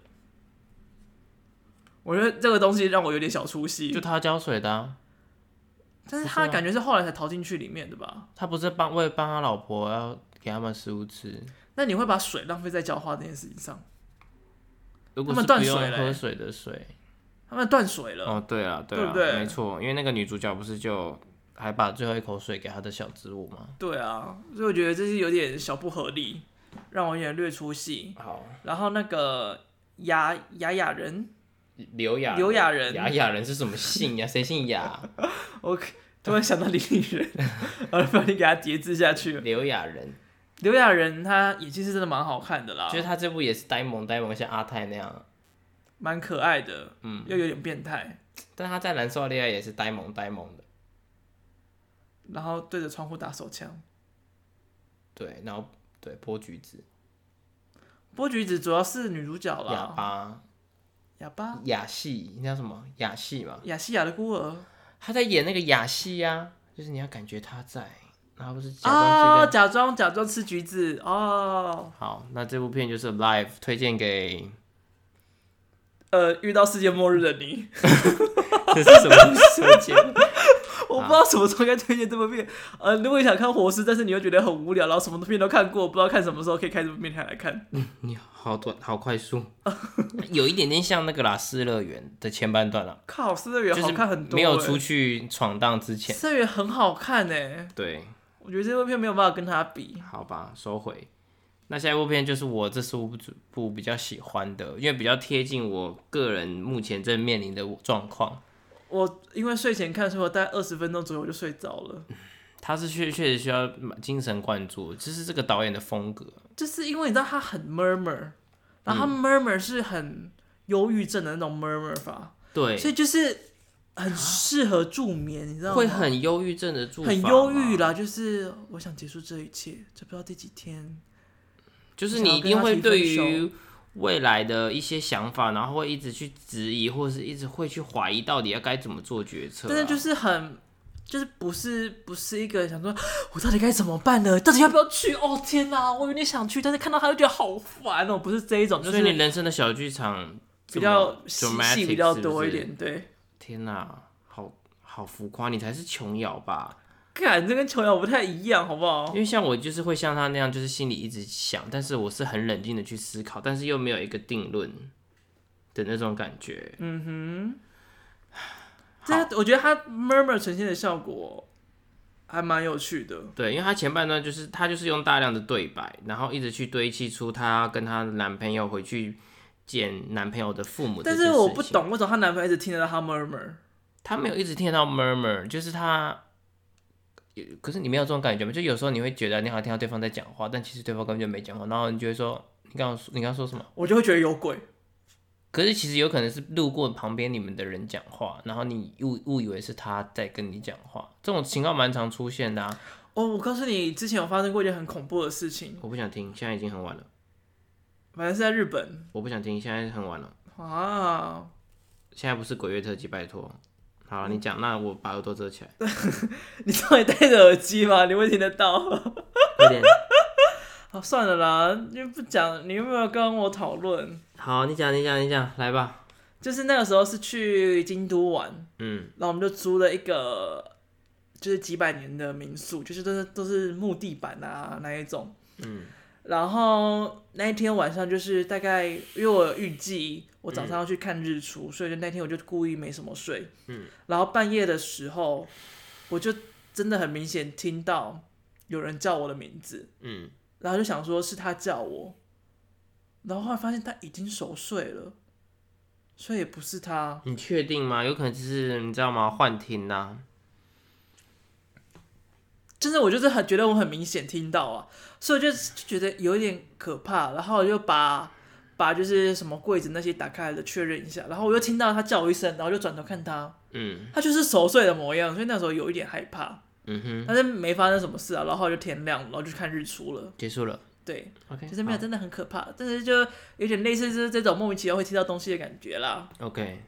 我觉得这个东西让我有点小出戏。
就他浇水的、啊，
但是
不
他
是吗
感觉是后来才逃进去里面的吧？
他不是帮为了帮他老婆要给他们食物吃。
那你会把水浪费在浇花这件事情上？
如果
他们
是
断
不用
水了
喝
欸
水的水，
他们断水了，
哦，对啊，
对
啊，
不对
没错，因为那个女主角不是就还把最后一口水给她的小植物吗？
对啊，所以我觉得这是有点小不合理，让我有点略出戏。
好，
然后那个雅雅雅人，
刘雅
刘雅人
雅雅人是什么姓呀？ 谁姓雅？
我突然想到李丽 人，然后把你给他截肢下去了。
刘雅人，
刘雅人她演技是真的蛮好看的啦
就，是她这部也是呆萌呆萌，像阿泰那样，
蛮可爱的，
嗯，
又有点变态，
但她在《燃烧恋爱》也是呆萌呆萌的，
然后对着窗户打手枪。
对，然后对剥橘子，
波橘子主要是女主角
哑
啦，
巴
哑巴，
雅戏，那叫什么雅戏嘛？
雅西亚的孤儿
她在演那个雅戏呀，就是你要感觉她在，然后不是假装
哦，
自己在。
假装假装吃橘子哦，
好，那这部片就是《Live》，推荐给
呃，遇到世界末日的你，
这是什么什么节目？
我不知道什么时候该推荐这部片。呃，如果你想看活尸，但是你又觉得很无聊，然后什么片都看过，不知道看什么时候可以开这部片来 看。
你好短，好快速， 有一点点像那个啦，《失乐园》的前半段啊啦，
靠，四乐园
就是
好看很多、欸，
没有出去闯荡之前，
四乐园很好看哎、
对，
我觉得这部片没有办法跟它比。
好吧，收回。那下一部片就是我这四部部比较喜欢的，因为比较贴近我个人目前正面临的状况。
我因为睡前看，所以我大概二十分钟左右就睡着了。
它是确确实需要精神灌注，这是这个导演的风格。
就是因为你知道他很 murmur，然后他
嗯
murmur 是很忧郁症的那种 murmur 法，
对，
所以就是很适合助眠，你知道吗？
会很忧郁症的住，
很忧郁，啦，就是我想结束这一切，这不知道第几天。
就是你一定会对于未来的一些想法，然后会一直去质疑，或者是一直会去怀疑到底要该怎么做决策啊、
但是就是很，就是不是不是一个想说，我到底该怎么办呢？到底要不要去？哦天哪，我有点想去，但是看到他又觉得好烦哦。不是这一种，就
所以你
是
人生的小剧场
比较
这
戏
么 dramatic，
戏比较多
是
一
不是
点。。对，
天哪、好好浮夸，你才是琼瑶吧？
感这跟琼瑶不太一样，好不好
因？为像我就是会像他那样，就是心里一直想，但是我是很冷静的去思考，但是又没有一个定论的那种感觉。
嗯这我觉得他 murmur 呈现的效果还蛮有趣的。
对，因为她前半段就是她就是用大量的对白，然后一直去堆砌出她跟她男朋友回去见男朋友的父母。
但是我不，懂为什么她男朋友一直听得到她 murmur，
她没有一直听到 murmur，就是她。可是你没有这种感觉吗？就有时候你会觉得你好像听到对方在讲话，但其实对方根本就没讲话，然后你就会说你刚刚说你刚刚说什么？
我就会觉得有鬼。
可是其实有可能是路过旁边你们的人讲话，然后你误误以为是他在跟你讲话，这种情况蛮常出现的、啊。
哦，我告诉你，之前有发生过一件很恐怖的事情，
我不想听，现在已经很晚了，
反正是在日本
我不想听，现在很晚了。
啊，
现在不是鬼月特辑，拜托。好了，你讲，那我把耳朵遮起 来，
你到底戴着耳机吗？你会听得到？
快点。
好，算了啦，就不讲。你有没有跟我讨论？
好，你讲，你讲，你讲，来吧。
就是那个时候是去京都玩，
嗯，
然后我们就租了一个就是几百年的民宿，就是都是都是木地板啊那一种。
嗯，
然后那一天晚上就是大概，因为我预计我早上要去看日出，所以就那天我就故意没什么睡。
嗯，
然后半夜的时候，我就真的很明显听到有人叫我的名字，
嗯，
然后就想说是他叫我，然后后来发现他已经熟睡了，所以也不是他。
你确定吗？有可能只是你知道吗？幻听呐、
真的，我就是很觉得我很明显听到啊，所以我就就觉得有一点可怕，然后我就把把就是什么柜子那些打开了确认一下，然后我又听到他叫我一声，然后就转头看他，
嗯
他就是熟睡的模样，所以那时候有一点害怕，
嗯哼，
但是没发生什么事啊，然后就天亮了，然后就去看日出了，
结束了。
对，
OK，
就是没有
好
真的很可怕，但是就有点类似就是这种莫名其妙会听到东西的感觉啦，
OK，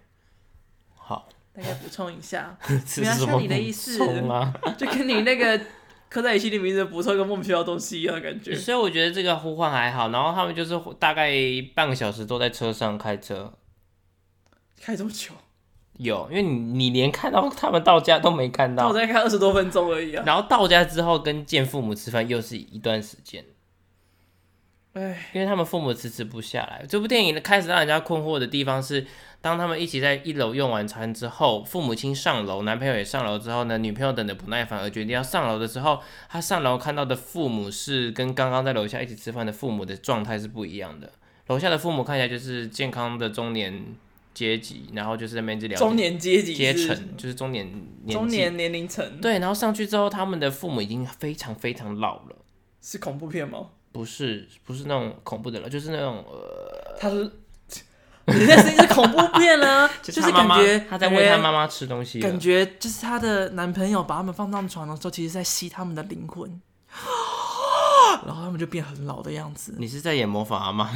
好，
大概补充一下，
这是
像
什么
你的意思
补充 啊？
就跟你那个刻在你心里名字补充一个莫名其妙的东西一样的感觉。
所以我觉得这个呼唤还好，然后他们就是大概半个小时都在车上开车，
开这么久，
有，因为你你连看到他们到家都没看
那我
到，
再看二十多分钟而已啊。
然后到家之后跟见父母吃饭又是一段时间，
哎，
因为他们父母迟迟不下来。这部电影开始让人家困惑的地方是，当他们一起在一楼用完餐之后，父母亲上楼，男朋友也上楼之后呢，女朋友等的不耐烦而决定要上楼的时候，他上楼看到的父母是跟刚刚在楼下一起吃饭的父母的状态是不一样的。楼下的父母看起来就是健康的中年阶级，然后就是在那边一直聊
中年阶级
阶
是
层，就是中年年
中
纪
年年龄层，
对，然后上去之后，他们的父母已经非常非常老了。
是恐怖片吗？
不是不是那种恐怖的了，就是那种呃，
他是，你那是一是恐怖片 呢，
就
就是是
他妈
感
妈
觉
她在喂她
感
妈妈吃东西
觉
了
感觉就是她的男朋友把他们放上床的时候，其实在吸他们的灵魂， 然后他们就变很老的样子。
你是在演模仿阿妈 吗？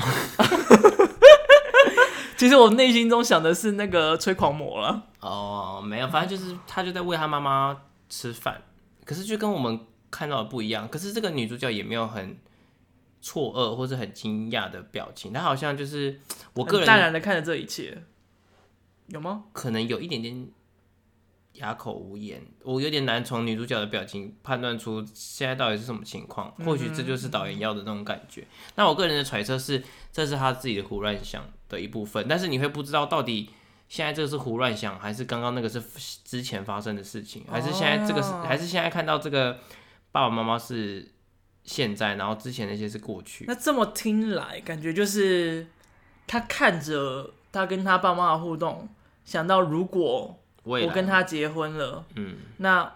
其实我内心中想的是那个吹狂魔了，
哦，没有，反正就是她就在喂她妈妈吃饭，可是就跟我们看到的不一样。可是这个女主角也没有很错愕或是很惊讶的表情，她好像就是我个
很淡
人
然的看着这一切，有吗？
可能有一点点哑口无言，我有点难从女主角的表情判断出现在到底是什么情况。或许这就是导演要的那种感
嗯
觉。那我个人的揣测是，这是他自己的胡乱想的一部分，但是你会不知道到底现在这个是胡乱想，还是刚刚那个是之前发生的事情，还是现在这个是，
哦
还是现在看到这个爸爸妈妈是现在，然后之前那些是过去。
那这么听来，感觉就是他看着他跟他爸妈的互动，想到如果
我
我
也
跟他结婚了，
嗯，
那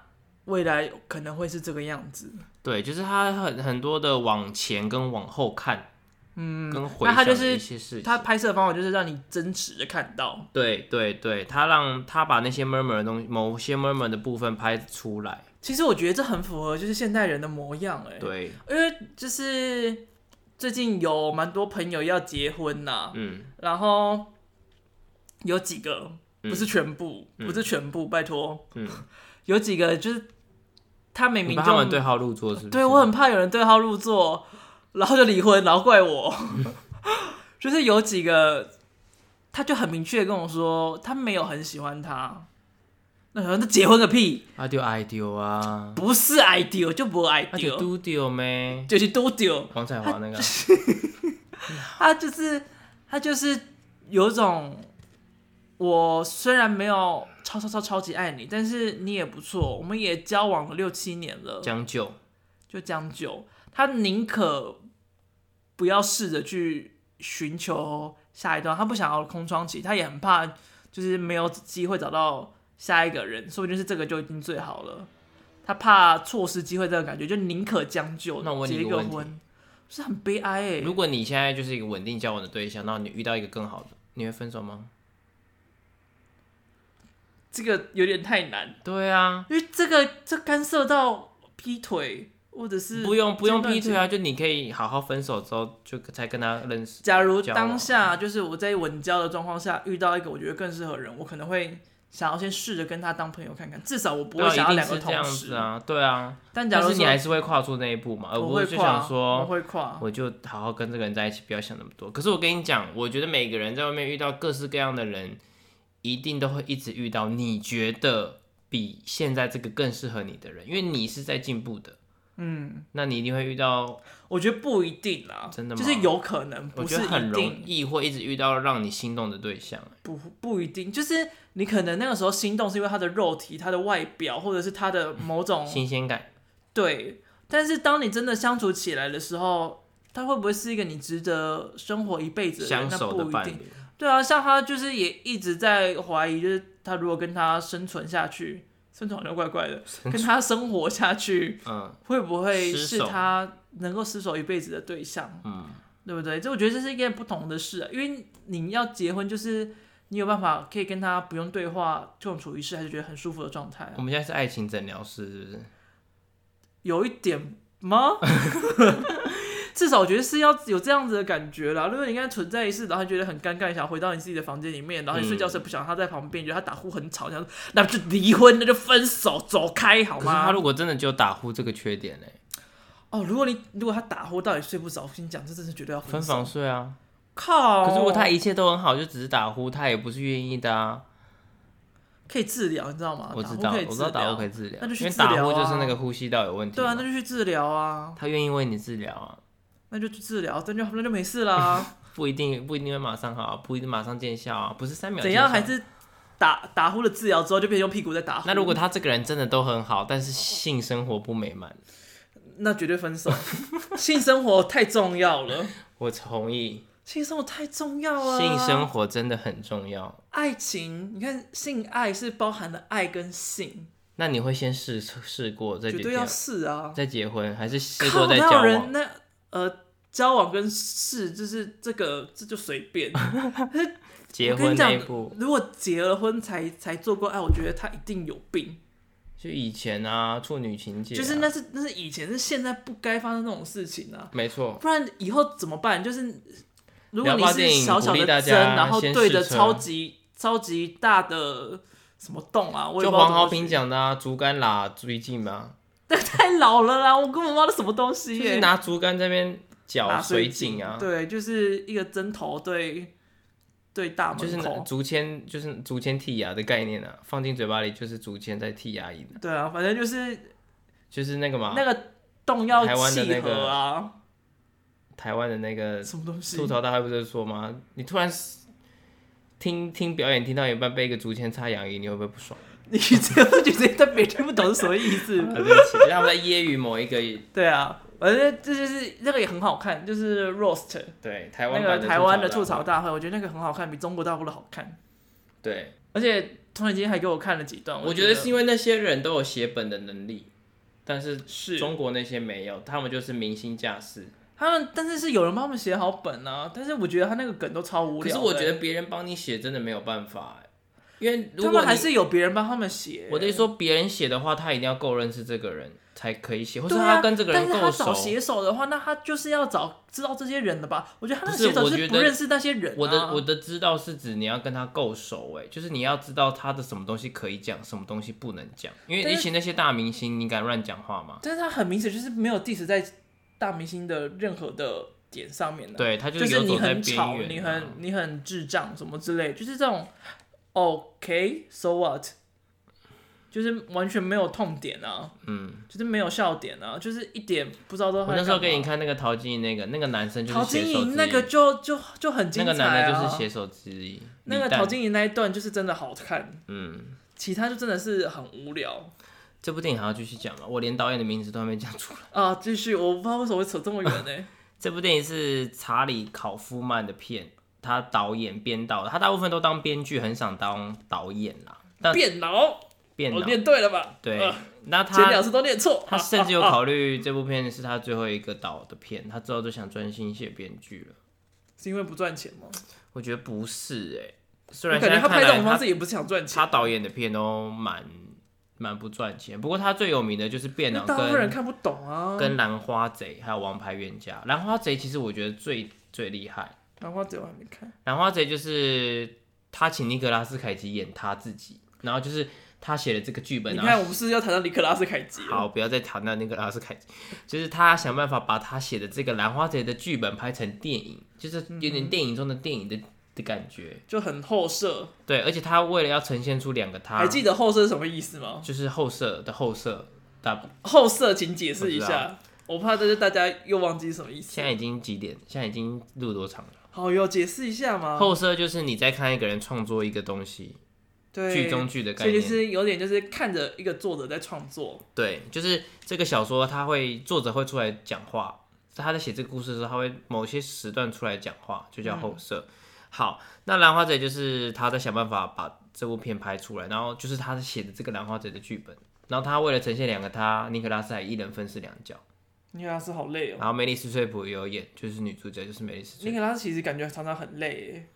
未来可能会是这个样子。
对，就是他很很多的往前跟往后看，嗯，跟回
那他
想
就
的
是
一些事情。
他拍摄方法就是让你真实的看到，
对对对，他让他把那些 murmur 的东西，某些 murmur 的部分拍出来。
其实我觉得这很符合就是现代人的模样哎、
对，
因为就是最近有蛮多朋友要结婚呐、
嗯，
然后有几个不是全部，
嗯
不是全部，拜托，
嗯
有几个就是他明
你
明
怕
就
他们对号入座是不是？
对我很怕有人对号入座，然后就离婚，然后怪 我，就是有几个他就很明确地跟我说他没有很喜欢他，那可能结婚个屁，
啊丢爱丢啊，
不是 ideal 就不
啊丢
ideal，
丢丢咩？
就是都丢。
王彩华那个啊，
他就是他就是有种，我虽然没有超超超超级爱你，但是你也不错，我们也交往了六七年了，
将就，
就将就。他宁可不要试着去寻求下一段，他不想要空窗期，他也很怕就是没有机会找到下一个人，说不定是这个就已经最好了。他怕错失机会这个感觉，就宁可将就，
那我问你一
结
个
个
问题
婚，是很悲哀哎、
如果你现在就是一个稳定交往的对象，然后你遇到一个更好的，你会分手吗？
这个有点太难。
对啊，
因为这个这干涉到劈腿或者是
不用不用劈腿
阶段
啊，
性。
就你可以好好分手之后，就才跟他认识。
假如
交往
当下就是我在稳交的状况下遇到一个我觉得更适合的人，我可能会想要先试着跟他当朋友看看，至少我不
对
会
啊，
想要
一定
两个
是这
同
样
时
子。啊，对啊。
但假
但
如
是你
说
还是会跨出那一步嘛，而
我
不
会
是就
跨，
想说
我会跨，
我就好好跟这个人在一起，不要想那么多。可是我跟你讲，我觉得每个人在外面遇到各式各样的人，一定都会一直遇到你觉得比现在这个更适合你的人，因为你是在进步的。嗯，那你一定会遇到，
我觉得不一定啦，
真的吗
就是有可能，
我
不
觉
是
得很
一
容
定，
易会一直遇到让你心动的对象。
不不一定，就是你可能那个时候心动是因为他的肉体、他的外表，或者是他的某种
新鲜感，
对，但是当你真的相处起来的时候，他会不会是一个你值得生活一辈子的人？
相
那
守
不
的
一
伴
定。
侣，嗯
对啊，像他就是也一直在怀疑，就是他如果跟他生存下去，生存好像怪怪的，跟他生活下去，
嗯，
会不会
失
是
手
他能够厮守一辈子的对象？嗯，对不对？这我觉得这是一件不同的事、啊，因为你要结婚，就是你有办法可以跟他不用对话共处一室，还是觉得很舒服的状态啊、
我们现在是爱情诊疗师，是不是？
有一点吗？ 至少我觉得是要有这样子的感觉啦。如果你跟他存在一世，然后你觉得很尴尬，你想回到你自己的房间里面，然后你睡觉时不想他在旁边，你觉得他打呼很吵，想说那就离婚，那就分手，走开好
可是他
吗？
如果真的只有打呼这个缺点呢？
哦，如果你如果他打呼到底睡不着，我跟你讲，这真是绝对要
分
手。
房睡啊。
靠！
可是如果他一切都很好，就只是打呼，他也不是愿意的啊。
可以治疗，你知道吗？
我知
哦打
道，
呼可以
我
治
知道打
疗
呼可以治疗，
那就去
因为
治疗
打
啊
呼就是那个呼吸道有问题
对
嘛。
啊，那就去治疗啊，
他愿意为你治疗啊，
那就去治疗，那就那就没事 啦。
不一定不一定会马上好啊，不一定马上见效啊，不是三秒
怎
见效。
样？还是打打呼的治疗之后就变成用屁股在打呼？
那如果他这个人真的都很好，但是性生活不美满，
那绝对分手。 性生活太重要了，
我同意，
性生活太重要啊！
性生、活真的很重要。
爱情，你看，性爱是包含了爱跟性，
那你会先试试过再
绝
决
对要
定，
试啊！
再结婚，还是试
靠，
过再
哪
交
有人
往？
那呃交往跟试，就是这个这就随便。
结
我跟
婚
你
那
讲
一步，，
如果结了婚才才做过爱，我觉得他一定有病。
就以前啊，处女情节啊、
就是那是那是以前，是现在不该发生那种事情啊！
没错，
不然以后怎么办？就是如果
聊
你
吧
是
电影
小小
鼓励
的
大
针，
家
然后
先
对
试
着
车
超级超级大的什么洞啊，我也
就
不知道
黄
怎么
豪 平
去，
讲的啊，竹竿啦，最近嘛，
那个太老了啦，我根本忘了什么东西
就是
耶。
拿竹竿在那边搅
拿
水井啊，
对，就是一个针头对对大
就是
门
拿
口。
竹签，就是竹签剔牙的概念啊，放进嘴巴里就是竹签在剔牙龈啊，
对啊，反正就是
就是那个嘛，
那个洞要
啊台湾的
契
那个呃
合啊，
台湾的那个
什么东西
吐？槽大会不是说吗？你突然听听表演听到一半被一个竹签插牙龈，你会不会不爽？
你这个觉得但别人听不懂是什么意思？
啊、对不起，就是他们在揶揄某一个
对啊，反正这就是那个也很好看，就是 roast
对台
那
湾
个
版的
台湾的吐
吐槽
槽大会，我觉得那个很好看，比中国大陆的好看。
大会。对，
而且突然间还给我看了几段，
我
觉
觉得是因为那些人都有写本的能力，但是
是
中国那些没有，他们就是明星架势。
他们，但是是有人帮他们写好本啊，但是我觉得他那个梗都超无
可
聊
是
的。欸
我觉得别人帮你写真的没有办法、欸，因为如
他
果
们
你
还是有别人帮他们写。欸
我的意思说，别人写的话，他一定要够认识这个人才可以写，或者
对
他
啊，
要跟这个人
但是他
够
找
熟。
写手的话，那他就是要找知道这些人的吧？我觉得他那个
不是
写手
我
是
觉
不
得
认识那些人、啊。
我的我的知道是指你要跟他够熟，哎，就是你要知道他的什么东西可以讲，什么东西不能讲。因为
但
以
是
前那些大明星，你敢乱讲话吗？
但是他很明显就是没有 diss 在大明星的任何的点上面的、啊
对他
就是
游
你
走在
很
边
吵，你
缘啊、
很你很智障什么之类，就是这种 OK，so what，就是完全没有痛点啊，
嗯，
就是没有笑点啊，就是一点不知道都。
我那时候给你。看那个陶晶莹那个，那个男生就是
陶
写
晶
手之
莹那个
一
就就就很精
那
彩
个
啊！
男的就是写手之一，
那个
李诞
陶晶莹那一段就是真的好看，
嗯，
其他就真的是很无聊
这部电影还要继续讲吗？我连导演的名字都还没讲出来。
啊。继续，我不知道为什么会扯这么远呢、
这部电影是查理考夫曼的片，他导演编导，他大部分都当编剧，很少当导演啦。但
变老，
编
我
导
念对了吧？
对
呃，
那
前两
他
次都念错。啊
他甚至有考虑这部片是他最后一个导的片，他之后就想专心写编剧了。
是因为不赚钱吗？
我觉得不是哎、虽
我
然
感
现
觉
在
他
看
拍这
来
种方
他
式也不是想赚钱
他。导演的片都蛮蛮不赚钱，不过他最有名的就是《变
那
狼》
大部分人
跟
看不懂啊。
跟《兰花贼》还有《王牌冤家》。《兰花贼》其实我觉得最最厉害。
兰花贼我还没看，
兰花贼就是他请尼格拉斯凯奇演他自己，然后就是他写了这个剧本，
你
然
看
后
我们是要谈到尼克拉斯凯奇了，
好，不要再谈到尼格拉斯凯奇，就是他想办法把他写的这个兰花贼的剧本拍成电影，就是有点电影中的电影的的感觉。
就很后设。
对，而且他为了要呈现出两个他
还，记得后设是什么意思吗？
就是后设的后设。大
后设请解释一
不知
下
道，
我怕这是大家又忘记什么意思
现。在已经几点？现在已经录多长了？
好哟，解释一下嘛。
后设就是你在看一个人创作一个东西，
对，
剧中剧的概
所以
念。
就是有点就是看着一个作者在创作，
对，就是这个小说，他会作者会出来讲话，他在写这个故事的时候，他会某些时段出来讲话，就叫后设。好，那兰花贼就是他在想办法把这部片拍出来，然后就是他写的这个兰花贼的剧本，然后他为了呈现两个他，尼克拉斯还一人分饰两角，
尼克拉斯好累哦。
然后梅丽斯翠普也有演，就是女主角就是梅丽斯
尼
翠
克拉斯其实感觉常常很累，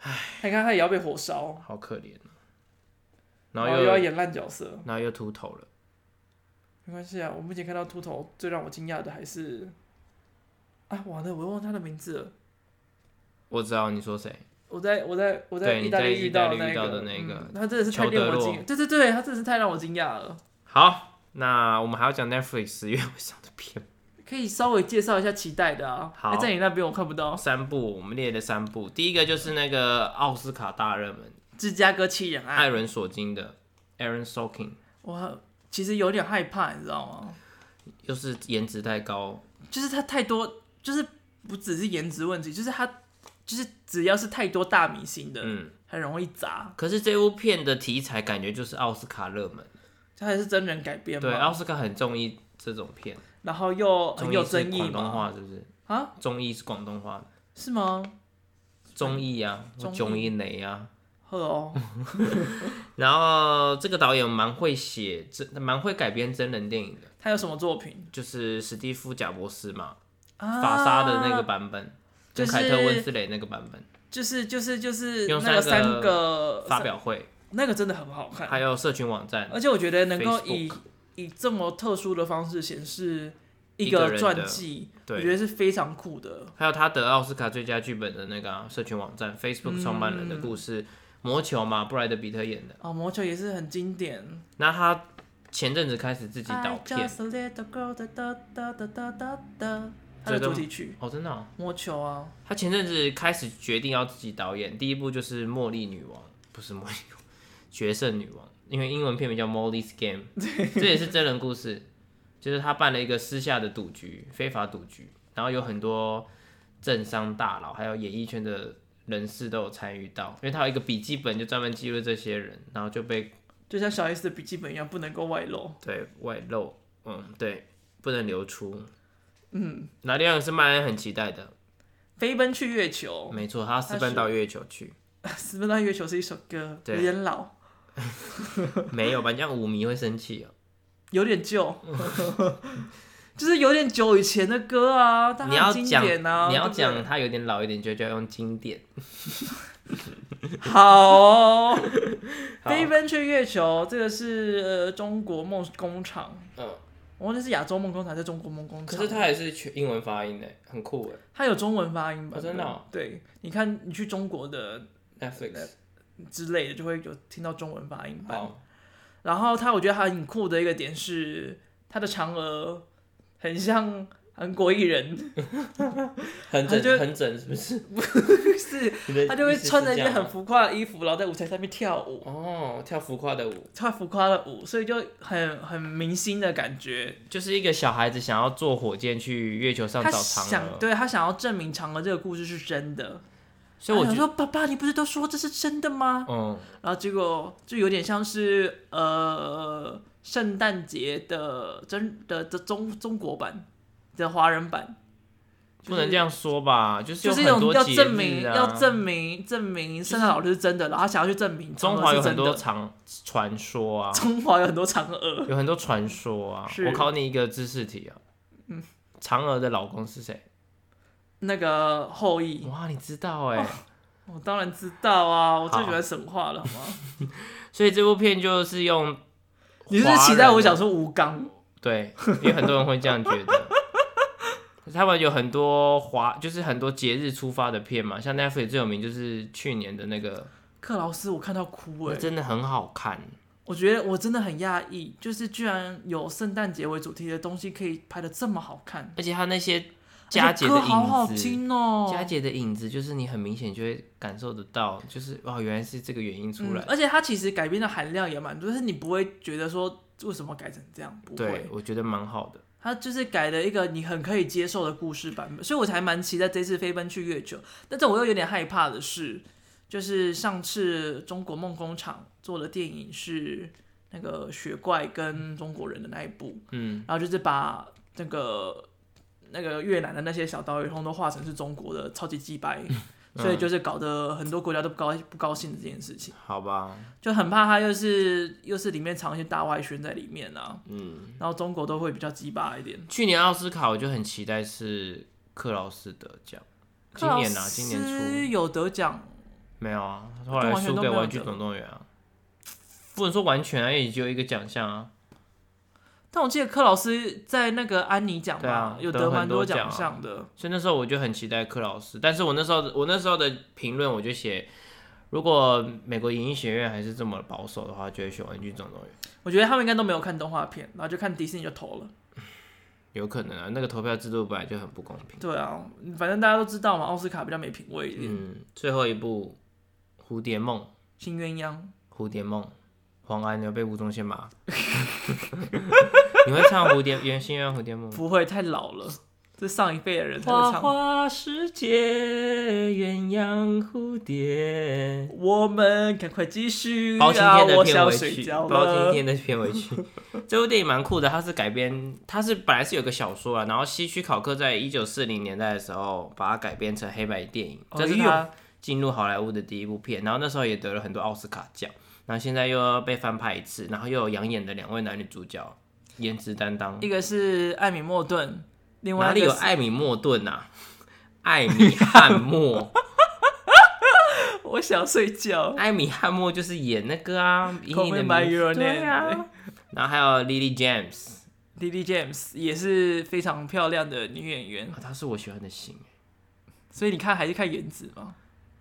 哎，你看他也要被火烧
普，，好可怜啊、然
然后
后又
又要演烂角色，
然后又秃头了，
没关系啊。我目前看到秃头最让我惊讶的还是，啊，完了，我忘了他的名字了。
我知道你说谁，
我在我在我在
对你
大
在
利
意
遇
大
到
利遇到
个
的那个
嗯他真的是太
乔
令
德
我
洛
惊，对对对，他真的是太让我惊讶了。
好，那我们还要讲 Netflix 十月会上的片吗。
可以稍微介绍一下期待的啊，
好
哎在你那边我看不到。
三部，我们列了三部。第一个就是那个奥斯卡大热门，
芝加哥七人案，
艾伦·索金的 Aaron Sorkin，
我其实有点害怕，你知道吗？
又是颜值太高，
就是他太多，就是不只是颜值问题，就是他就是只要是太多大明星的，
嗯。
很容易砸。
可是这部片的题材感觉就是奥斯卡热门，
他还是真人改编
对，啊
嘛，
奥斯卡很中意这种片，
然后又哦很
中
有
意是
争议
广东
嘛，
话是不是？
啊，
中意是广东话，
是吗？
中意啊，
综艺
中意雷啊。
呵 哦，
然后这个导演蛮会写真，蛮会改编真人电影的，
他有什么作品？
就是史蒂夫·贾伯斯嘛，
啊
法沙的那个版本，
就是
跟凯特·温斯雷那个版本。
就是就是就是
用
那个
三
三
个
个
发表会，
那个真的很好看，
还有社群网站，
而且我觉得能够以
Facebook
以这么特殊的方式显示一
一个人
个
的
传记，我觉
对，
得是非常酷的。
还有他得奥斯卡最佳剧本的那个啊、社群网站，Facebook
嗯
创办人的故事，魔球嘛，布莱德比特演的。
啊，魔球也是很经典。
那他前阵子开始自己导
I
片，
啊 just a little girl, da da da da da da da. 它的
这
主
个
题曲
哦，真的、哦，
《魔球》啊，
他前阵子开始决定要自己导演，第一部就是《茉莉女王》，不是《茉莉女王》，《决胜女王》，因为英文片名叫《Molly's Game》，这也是真人故事，就是他办了一个私下的赌局，非法赌局，然后有很多政商大佬还有演艺圈的人士都有参与到，因为他有一个笔记本就专门记录这些人，然后就被
就像小 S 的笔记本一样，不能够外露。
对外露，嗯，对，不能流出，嗯，那另外一个是曼恩很期待的，
飞奔去月球，
没错，他私奔到月球去。
私奔到月球是一首歌，有
对
点老，
没有吧？这样舞迷会生气哦、
有点旧， 就是有点久以前的歌啊，但
你
它
要
经
讲，
典啊，
你要
对不
讲它有点老一点，就就要用经典。
对好 哦、
好
飞奔去月球，这个是呃中国梦工厂，
嗯，
我忘记是亚洲梦工厂还是中国梦工厂，
它还是全英文发音呢，很酷哎。
它有中文发音吧？
哦真的哦
对，你看你去中国的
Netflix
之类的，就会有听到中文发音版。
好，
然后它我觉得它很酷的一个点是，它的嫦娥很像韩国艺人，
很
它就
整很整，是 不是？
是
你的
他就会
意思是
穿着一
这
件
样啊
很
吗
浮夸的衣服，然后在舞台上面跳舞，
哦，跳浮夸的舞，
跳浮夸的舞，所以就很很明星的感觉。
就是一个小孩子想要坐火箭去月球上
他
找嫦
想，
娥，
对他想要证明嫦娥这个故事是真的。
所以我
他
觉
想
得，
说，爸爸，你不是都说这是真的吗？
嗯，
然后结果就有点像是呃圣诞节的真的的中中国版的华人版，
不能这样说吧，就是
就
有
是一
很
种
多
要
节
证明
日啊
要证明证明圣诞老人是真的，然后他想要去证明嫦娥
中华有
哦是真
很多
的。
常传说啊，
中华有很多嫦娥。
有很多传说啊
是。
我考你一个知识题啊，嗯，嫦娥的老公是谁？
那个后羿，
哇，你知道
哦
哎、
我当然知道啊，我最
好
喜欢神话了，好 吗？
所以这部片就是用
你是不是期待我想说吴刚？
对，因为很多人会这样觉得。 他们有很多华，就是很多节日出发的片嘛，像 Netflix 最有名就是去年的那个，
克劳斯，我看到哭哎、
那真的很好看。
我觉得我真的很讶异，就是居然有圣诞节为主题的东西可以拍的这么好看，
而且它那些佳节
而
的
且
影
歌
子，
好好听哦、
佳节的影子就是你很明显就会感受得到，就是哇，原来是这个原因出
嗯
来。
而且它其实改编的含量也蛮多，就是你不会觉得说为什么改成这样，不
对
会，，
我觉得蛮好的。
它就是改了一个你很可以接受的故事版本，所以我才蛮期待这次飞奔去月球。但是我又有点害怕的是，就是上次中国梦工厂做的电影是那个雪怪跟中国人的那一部，
嗯，
然后就是把那个那个越南的那些小导演通通都画成是中国的超级鸡掰，所以就是搞得很多国家都不高不高兴的这件事情，
好吧，
就很怕它又是又是里面藏一些大外宣在里面啊，
嗯，
然后中国都会比较鸡巴一点。
去年奥斯卡我就很期待是克劳斯得奖，今年啊，今年初
有得奖，
没有啊，后来输给《玩具总动员》啊，不能说完全啊，因为只有一个奖项啊，
但我记得克劳斯在那个安妮奖
对
吧
啊，
有
得很
蛮
多奖
奖
啊
项的。
所以那时候我就很期待克劳斯，但是我那时候我那时候的评论我就写，如果美国影艺学院还是这么保守的话，就会选《玩具总动员》，
我觉得他们应该都没有看动画片，然后就看迪士尼就投了。
有可能啊，那个投票制度本来就很不公平。
对啊，反正大家都知道嘛，奥斯卡比较没品味一点。
嗯，最后一部《蝴蝶梦》，
新鸳鸯，
蝴蝶梦，黄安你要被吴宗宪骂。 你会唱蝴蝶原心愿蝴蝶梦吗？
不会太老了，这上一辈的人才
花
会唱。
花世界，鸳鸯蝴蝶。
我们赶快继续
包青
啊！
天的
我
片
想
尾
睡
曲，
觉
包青
了。
天的片尾曲， 这部电影蛮酷的。它是改编，它是本来是有个小说啊，然后希区考克在一九四零年代的时候把它改编成黑白电影，
哎呦
这是他进入好莱坞的第一部片。然后那时候也得了很多奥斯卡奖，然后现在又要被翻拍一次，然后又有养眼的两位男女主角，颜值担当。
一个是艾米莫顿，另
哪
外
里
一
有
个是
艾米莫顿啊？艾米汉默，
我想睡觉。
艾米汉默就是演那个啊，以
口
你
碑
的名
白
字
Your
对
Name
啊，然后还有 Lily James。
Lily James 也是非常漂亮的女演员，
啊，他是我喜欢的型。
所以你看还是看颜值嘛。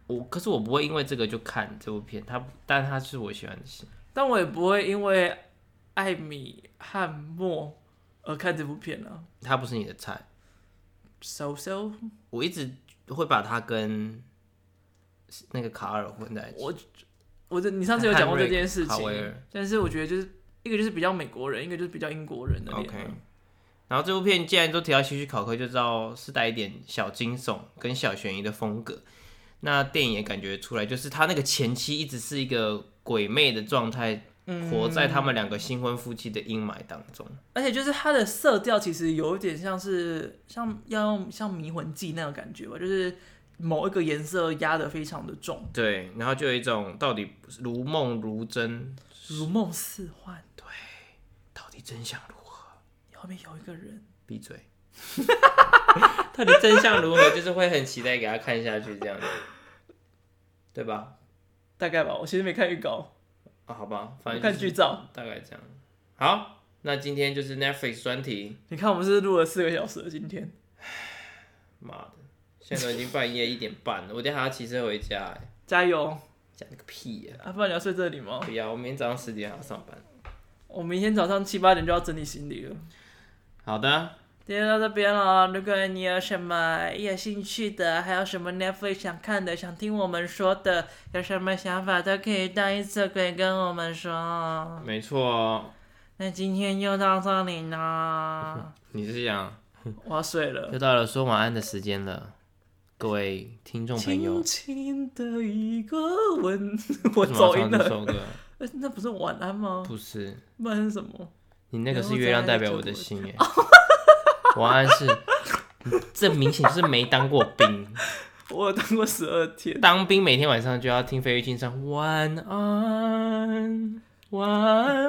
我可是我不会因为这个就看这部片，他但他是我喜欢的型。
但我也不会因为艾米汉默而看这部片啊。
他不是你的菜，
so so，
我一直会把它跟那个卡尔混在一起。
我我的你上次有讲过这件事
Henrik Howell
情，但是我觉得就是一个就是比较美国人，一个就是比较英国人的脸
OK。然后这部片既然都提到希区考克，就知道是带一点小惊悚跟小悬疑的风格。那电影也感觉出来，就是他那个前妻一直是一个鬼魅的状态，
嗯
活在他们两个新婚夫妻的阴霾当中。
而且就是它的色调其实有一点像是像要用像迷魂剂那种感觉吧，就是某一个颜色压得非常的重，
对，然后就有一种到底如梦如真，
如梦似幻。
到底真相如何？
后面有一个人，
闭嘴。 到底真相如何？就是会很期待给他看下去，这样子，对吧？
大概吧，我其实没看预告，
啊，好吧，
我
反正
看
就是
剧照。
大概这样。好，那今天就是 Netflix 专题，
你看我们是不是录了四个小时了，今天
妈的，现在都已经半夜一点半了，我等一下还要骑车回家、欸，
加油
讲个屁呀、哦
啊！不然你要睡这里吗？
不要，我明天早上十点还要上班。
我明天早上七八点就要整理行李了。
好的，
今天到这边了。如果你有什么有兴趣的，还有什么 Netflix 想看的，想听我们说的，有什么想法都可以到一次鬼跟我们说。
没错哦，
那今天就到这里 啦，
你是想
我要睡了。
又到了说晚安的时间了，各位听众朋友
轻，轻的一个 吻，我
为什么要
走音
唱这
了。
首歌？
呃那不是晚安吗？
不是，
不然是什么？
你那个
然
是
后
月
再
亮
来
代
一
表
首
我的
歌
心耶，晚安是，这明显就是没当过兵。
我有当过十二天。
当兵每天晚上就要听费玉清唱晚安，晚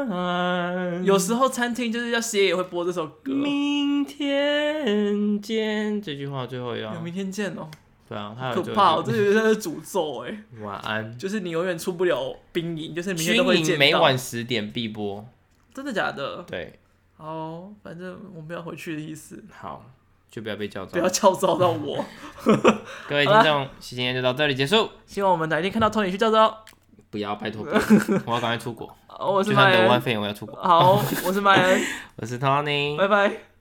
安，
有时候餐厅就是要歇也会播这首歌。
明天见这句话最后
有
要
明天见哦，
对啊，他有
可
最
怕、
后
哦，
一
这有点是诅咒哎、
句晚安。
就是你永远出不了兵营，就是明天
军
都会
营
见
每
到。
晚十点必播，
真的假的？
对，
好，反正我没有回去的意思，
好，就不要被叫
不
走
要。敲噪到我。
各位听众，今天就到这里结束，
希望我们哪一天看到 Tony 去叫招。
不要拜 托，不要我要赶快出国，
呃我
就是算
麦
得武汉
恩，
肺炎，我要出国。
好，我是麦恩，
我是 Tony，
拜拜。